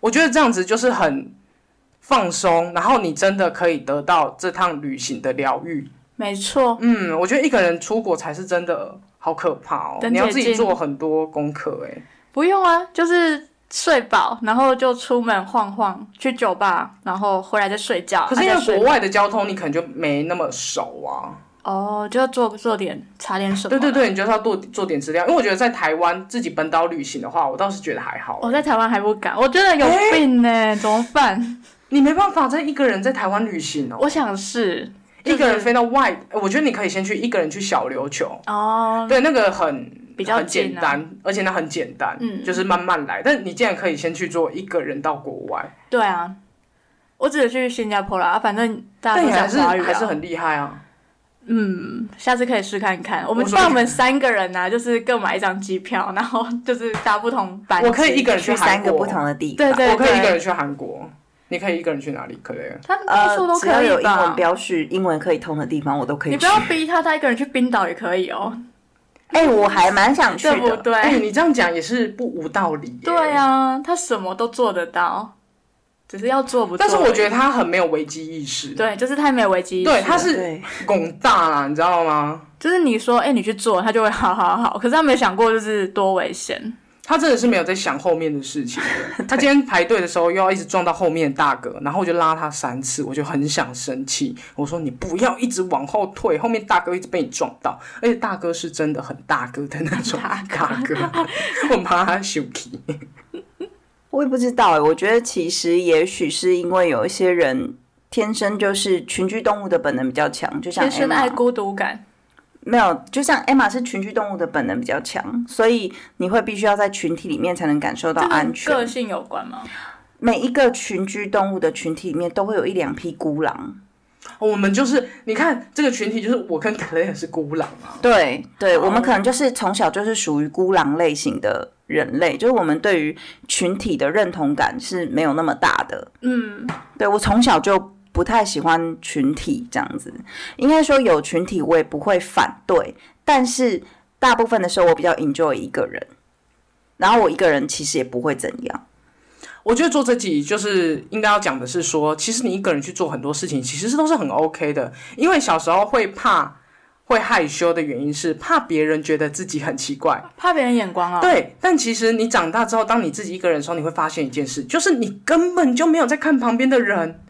Speaker 3: 我觉得这样子就是很放松，然后你真的可以得到这趟旅行的疗愈。
Speaker 2: 没错，
Speaker 3: 嗯，我觉得一个人出国才是真的好可怕哦，
Speaker 2: 等
Speaker 3: 你要
Speaker 2: 解
Speaker 3: 自己
Speaker 2: 禁
Speaker 3: 做很多功课哎。
Speaker 2: 不用啊，就是睡饱，然后就出门晃晃，去酒吧，然后回来再睡觉。
Speaker 3: 可是
Speaker 2: 啊
Speaker 3: 因
Speaker 2: 再
Speaker 3: 为
Speaker 2: 睡
Speaker 3: 国外的交通你可能就没那么熟啊。
Speaker 2: 哦，就要做做点查点什么。
Speaker 3: 对对。对，你就是要多做点资料，因为我觉得在台湾自己本岛旅行的话，我倒是觉得还好。欸
Speaker 2: 我在台湾还不敢，我真的有病呢、怎么办？
Speaker 3: 你没办法在一个人在台湾旅行哦，
Speaker 2: 我想是就是
Speaker 3: 一个人飞到外，呃我觉得你可以先去一个人去小琉球，
Speaker 2: 哦，
Speaker 3: 对，那个很
Speaker 2: 比较
Speaker 3: 很简
Speaker 2: 近啊
Speaker 3: 单，而且那很简单，
Speaker 2: 嗯
Speaker 3: 就是慢慢来。但你竟然可以先去做一个人到国外，
Speaker 2: 对啊，我只是去新加坡啦，啊反正大家
Speaker 3: 但
Speaker 2: 都
Speaker 3: 你还
Speaker 2: 讲
Speaker 3: 是
Speaker 2: 华语啊
Speaker 3: 还是很厉害啊！
Speaker 2: 嗯，下次可以试看看。我们
Speaker 3: 我说
Speaker 2: 那我们三个人呢、啊就是各买一张机票，然后就是搭不同班机。
Speaker 3: 我可以一个人
Speaker 1: 去
Speaker 3: 韩
Speaker 1: 三个
Speaker 3: 国，
Speaker 1: 不同的地方，
Speaker 2: 对对
Speaker 3: 我可以一个
Speaker 2: 对，
Speaker 3: 人去韩国，你可以一个人去哪里？可以。
Speaker 2: 他
Speaker 1: 呃
Speaker 2: 到处，都
Speaker 1: 只要
Speaker 2: 可
Speaker 1: 有
Speaker 2: 以
Speaker 1: 英文
Speaker 2: 吧？
Speaker 1: 标示、英文可以通的地方，我都可以
Speaker 2: 呃你
Speaker 1: 去
Speaker 2: 不。要逼他，他一个人去冰岛也可以哦，
Speaker 1: 哎、我还蛮想去
Speaker 2: 对不
Speaker 1: 的。
Speaker 3: 哎、
Speaker 2: 对？
Speaker 3: 你这样讲也是不无道理耶。
Speaker 2: 对啊，他什么都做得到，只是要做不做。
Speaker 3: 但是我觉得，他很没有危机意识，
Speaker 2: 对，就是太没危机意识。
Speaker 3: 对，他是
Speaker 1: 对，
Speaker 3: 拱大啦，你知道吗？
Speaker 2: 就是你说，哎、你去做，他就会好好好。可是他没想过，就是多危险。
Speaker 3: 他真的是没有在想后面的事 情的。他今天排队的时候又要一直撞到后面的大哥，然后我就拉他三次，我就很想生气。我说你不要一直往后退，后面大哥一直被你撞到，而且大哥是真的很大哥的那种
Speaker 2: 大哥
Speaker 3: 大哥， 我很怕他生气。
Speaker 1: 我也不知道哎、我觉得其实也许是因为有一些人天生就是群居动物的本能比较强，就像
Speaker 2: 天
Speaker 3: 哎
Speaker 2: 生爱
Speaker 1: Emma，
Speaker 2: 孤独感，
Speaker 1: 没有，就像 Emma 是群居动物的本能比较强，所以你会必须要在群体里面才能感受到
Speaker 2: 这
Speaker 1: 安
Speaker 2: 跟
Speaker 1: 全。
Speaker 2: 个性有关吗？
Speaker 1: 每一个群居动物的群体里面都会有一两匹孤狼。
Speaker 3: 我们就是你看这个群体，就是我跟 Clay 是孤狼啊。
Speaker 1: 对对，我们可能就是从小就是属于孤狼类型的人类，就是我们对于群体的认同感是没有那么大的。
Speaker 2: 嗯，
Speaker 1: 对我从小就不太喜欢群体这样子，应该说有群体我也不会反对，但是大部分的时候我比较 enjoy 一个人，然后我一个人其实也不会怎样。
Speaker 3: 我觉得做这集就是应该要讲的是说，其实你一个人去做很多事情，其实都是很 OK 的。因为小时候会怕、会害羞的原因是怕别人觉得自己很奇怪，
Speaker 2: 怕别人眼光啊、
Speaker 3: 对。但其实你长大之后，当你自己一个人的时候，你会发现一件事，就是你根本就没有在看旁边的人，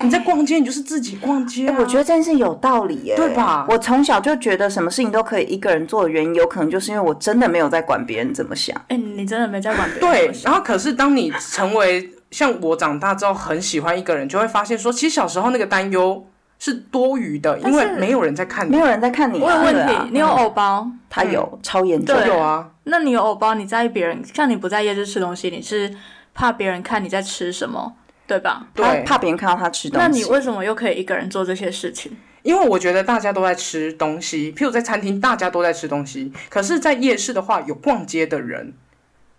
Speaker 3: 你在逛街，你就是自己逛街、
Speaker 1: 哎、
Speaker 3: 啊。
Speaker 1: 我觉得真是有道理耶、
Speaker 3: 对吧
Speaker 1: 我从小就觉得什么事情都可以一个人做的原因，有可能就是因为我真的没有在管别人怎么想。
Speaker 2: 哎、你真的没在管别人
Speaker 3: 对
Speaker 2: 东，西
Speaker 3: 然后可是当你成为像我长大之后，很喜欢一个人，就会发现说，其实小时候那个担忧是多余的，因
Speaker 2: 但
Speaker 3: 为
Speaker 2: 是
Speaker 3: 没有人在看
Speaker 1: 没
Speaker 3: 你。
Speaker 1: 有人在看你、啊。
Speaker 2: 我有问
Speaker 1: 对
Speaker 2: 题，
Speaker 1: 啊
Speaker 2: 你有偶包？
Speaker 1: 他有、超严重
Speaker 2: 对，
Speaker 3: 有啊，
Speaker 2: 那你有偶包，你在意别人？像你不在夜市吃东西，你是怕别人看你在吃什么，对吧？
Speaker 1: 他
Speaker 3: 对，
Speaker 1: 怕别人看到他吃东西。
Speaker 2: 那你为什么又可以一个人做这些事情？
Speaker 3: 因为我觉得大家都在吃东西，譬如在餐厅大家都在吃东西，可是，在夜市的话，有逛街的人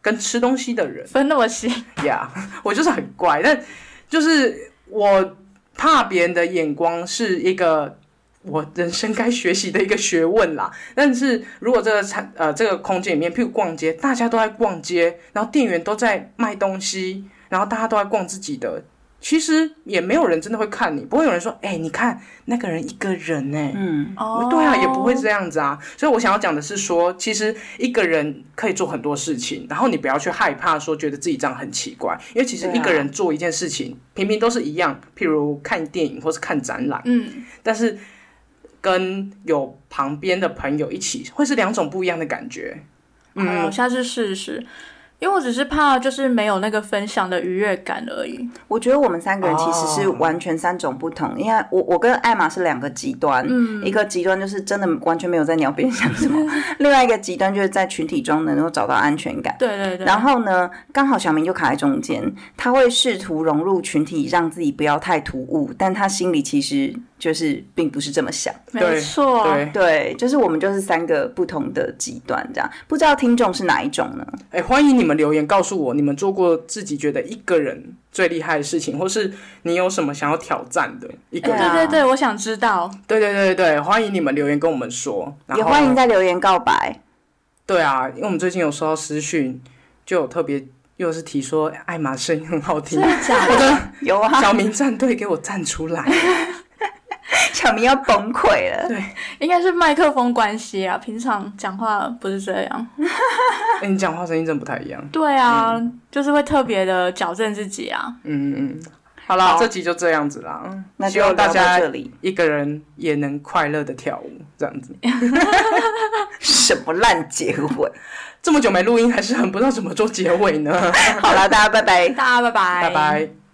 Speaker 3: 跟吃东西的人
Speaker 2: 分那么细，
Speaker 3: 呀。我就是很怪，但就是我怕别人的眼光是一个我人生该学习的一个学问啦。但是如果这个餐呃这个空间里面，譬如逛街，大家都在逛街，然后店员都在卖东西，然后大家都在逛自己的。其实也没有人真的会看你，不会有人说：“哎、你看那个人一个人欸呢、
Speaker 1: 嗯，
Speaker 2: 哦
Speaker 3: 对啊，也不会这样子啊。所以我想要讲的是说，其实一个人可以做很多事情，然后你不要去害怕说觉得自己这样很奇怪，因为其实
Speaker 1: 对啊
Speaker 3: 一个人做一件事情，平平都是一样，譬如看电影或是看展览，
Speaker 2: 嗯，
Speaker 3: 但是跟有旁边的朋友一起，会是两种不一样的感觉。
Speaker 2: 哦好，我下次试一试。因为我只是怕，就是没有那个分享的愉悦感而已。
Speaker 1: 我觉得我们三个人其实是完全三种不同，因为我我跟艾玛是两个极端，嗯，一个极端就是真的完全没有在鸟边想什么，另外一个极端就是在群体中能够找到安全感。
Speaker 2: 对对对，
Speaker 1: 然后呢，刚好小明就卡在中间，他会试图融入群体，让自己不要太突兀，但他心里其实就是并不是这么想。
Speaker 2: 没错，哎
Speaker 3: 对，
Speaker 1: 对，就是我们就是三个不同的极端这样，不知道听众是哪一种呢？
Speaker 3: 哎，欢迎你们留言告诉我，你们做过自己觉得一个人最厉害的事情，或是你有什么想要挑战的一个
Speaker 1: 对
Speaker 3: 人。
Speaker 1: 啊
Speaker 2: 对对对，我想知道。
Speaker 3: 对对对对对，欢迎你们留言跟我们说，然
Speaker 1: 也
Speaker 3: 后
Speaker 1: 欢迎在留言告白。
Speaker 3: 对啊，因为我们最近有收到私讯，就有特别又是提说艾玛声音很好听
Speaker 2: 真，的假
Speaker 3: 我
Speaker 2: 的？
Speaker 3: 的
Speaker 1: 有啊，
Speaker 3: 小明战队给我站出来。
Speaker 1: 小明要崩溃了。
Speaker 2: 应该是麦克风关系啊，平常讲话不是这样。
Speaker 3: 哎，你讲话声音真的不太一样。
Speaker 2: 对啊，就是会特别的矫正自己啊。
Speaker 3: 嗯嗯，好啦，
Speaker 1: 好
Speaker 3: 这集就这样子啦。
Speaker 1: 那
Speaker 3: 希
Speaker 1: 就
Speaker 3: 望大
Speaker 1: 聊到
Speaker 3: 家
Speaker 1: 这里，
Speaker 3: 一个人也能快乐的跳舞，这样子。
Speaker 1: 什么烂结尾？
Speaker 3: 这么久没录音，还是很不知道怎么做结尾呢。
Speaker 1: 好了，大家拜拜。
Speaker 2: 大家拜拜，
Speaker 3: 拜拜。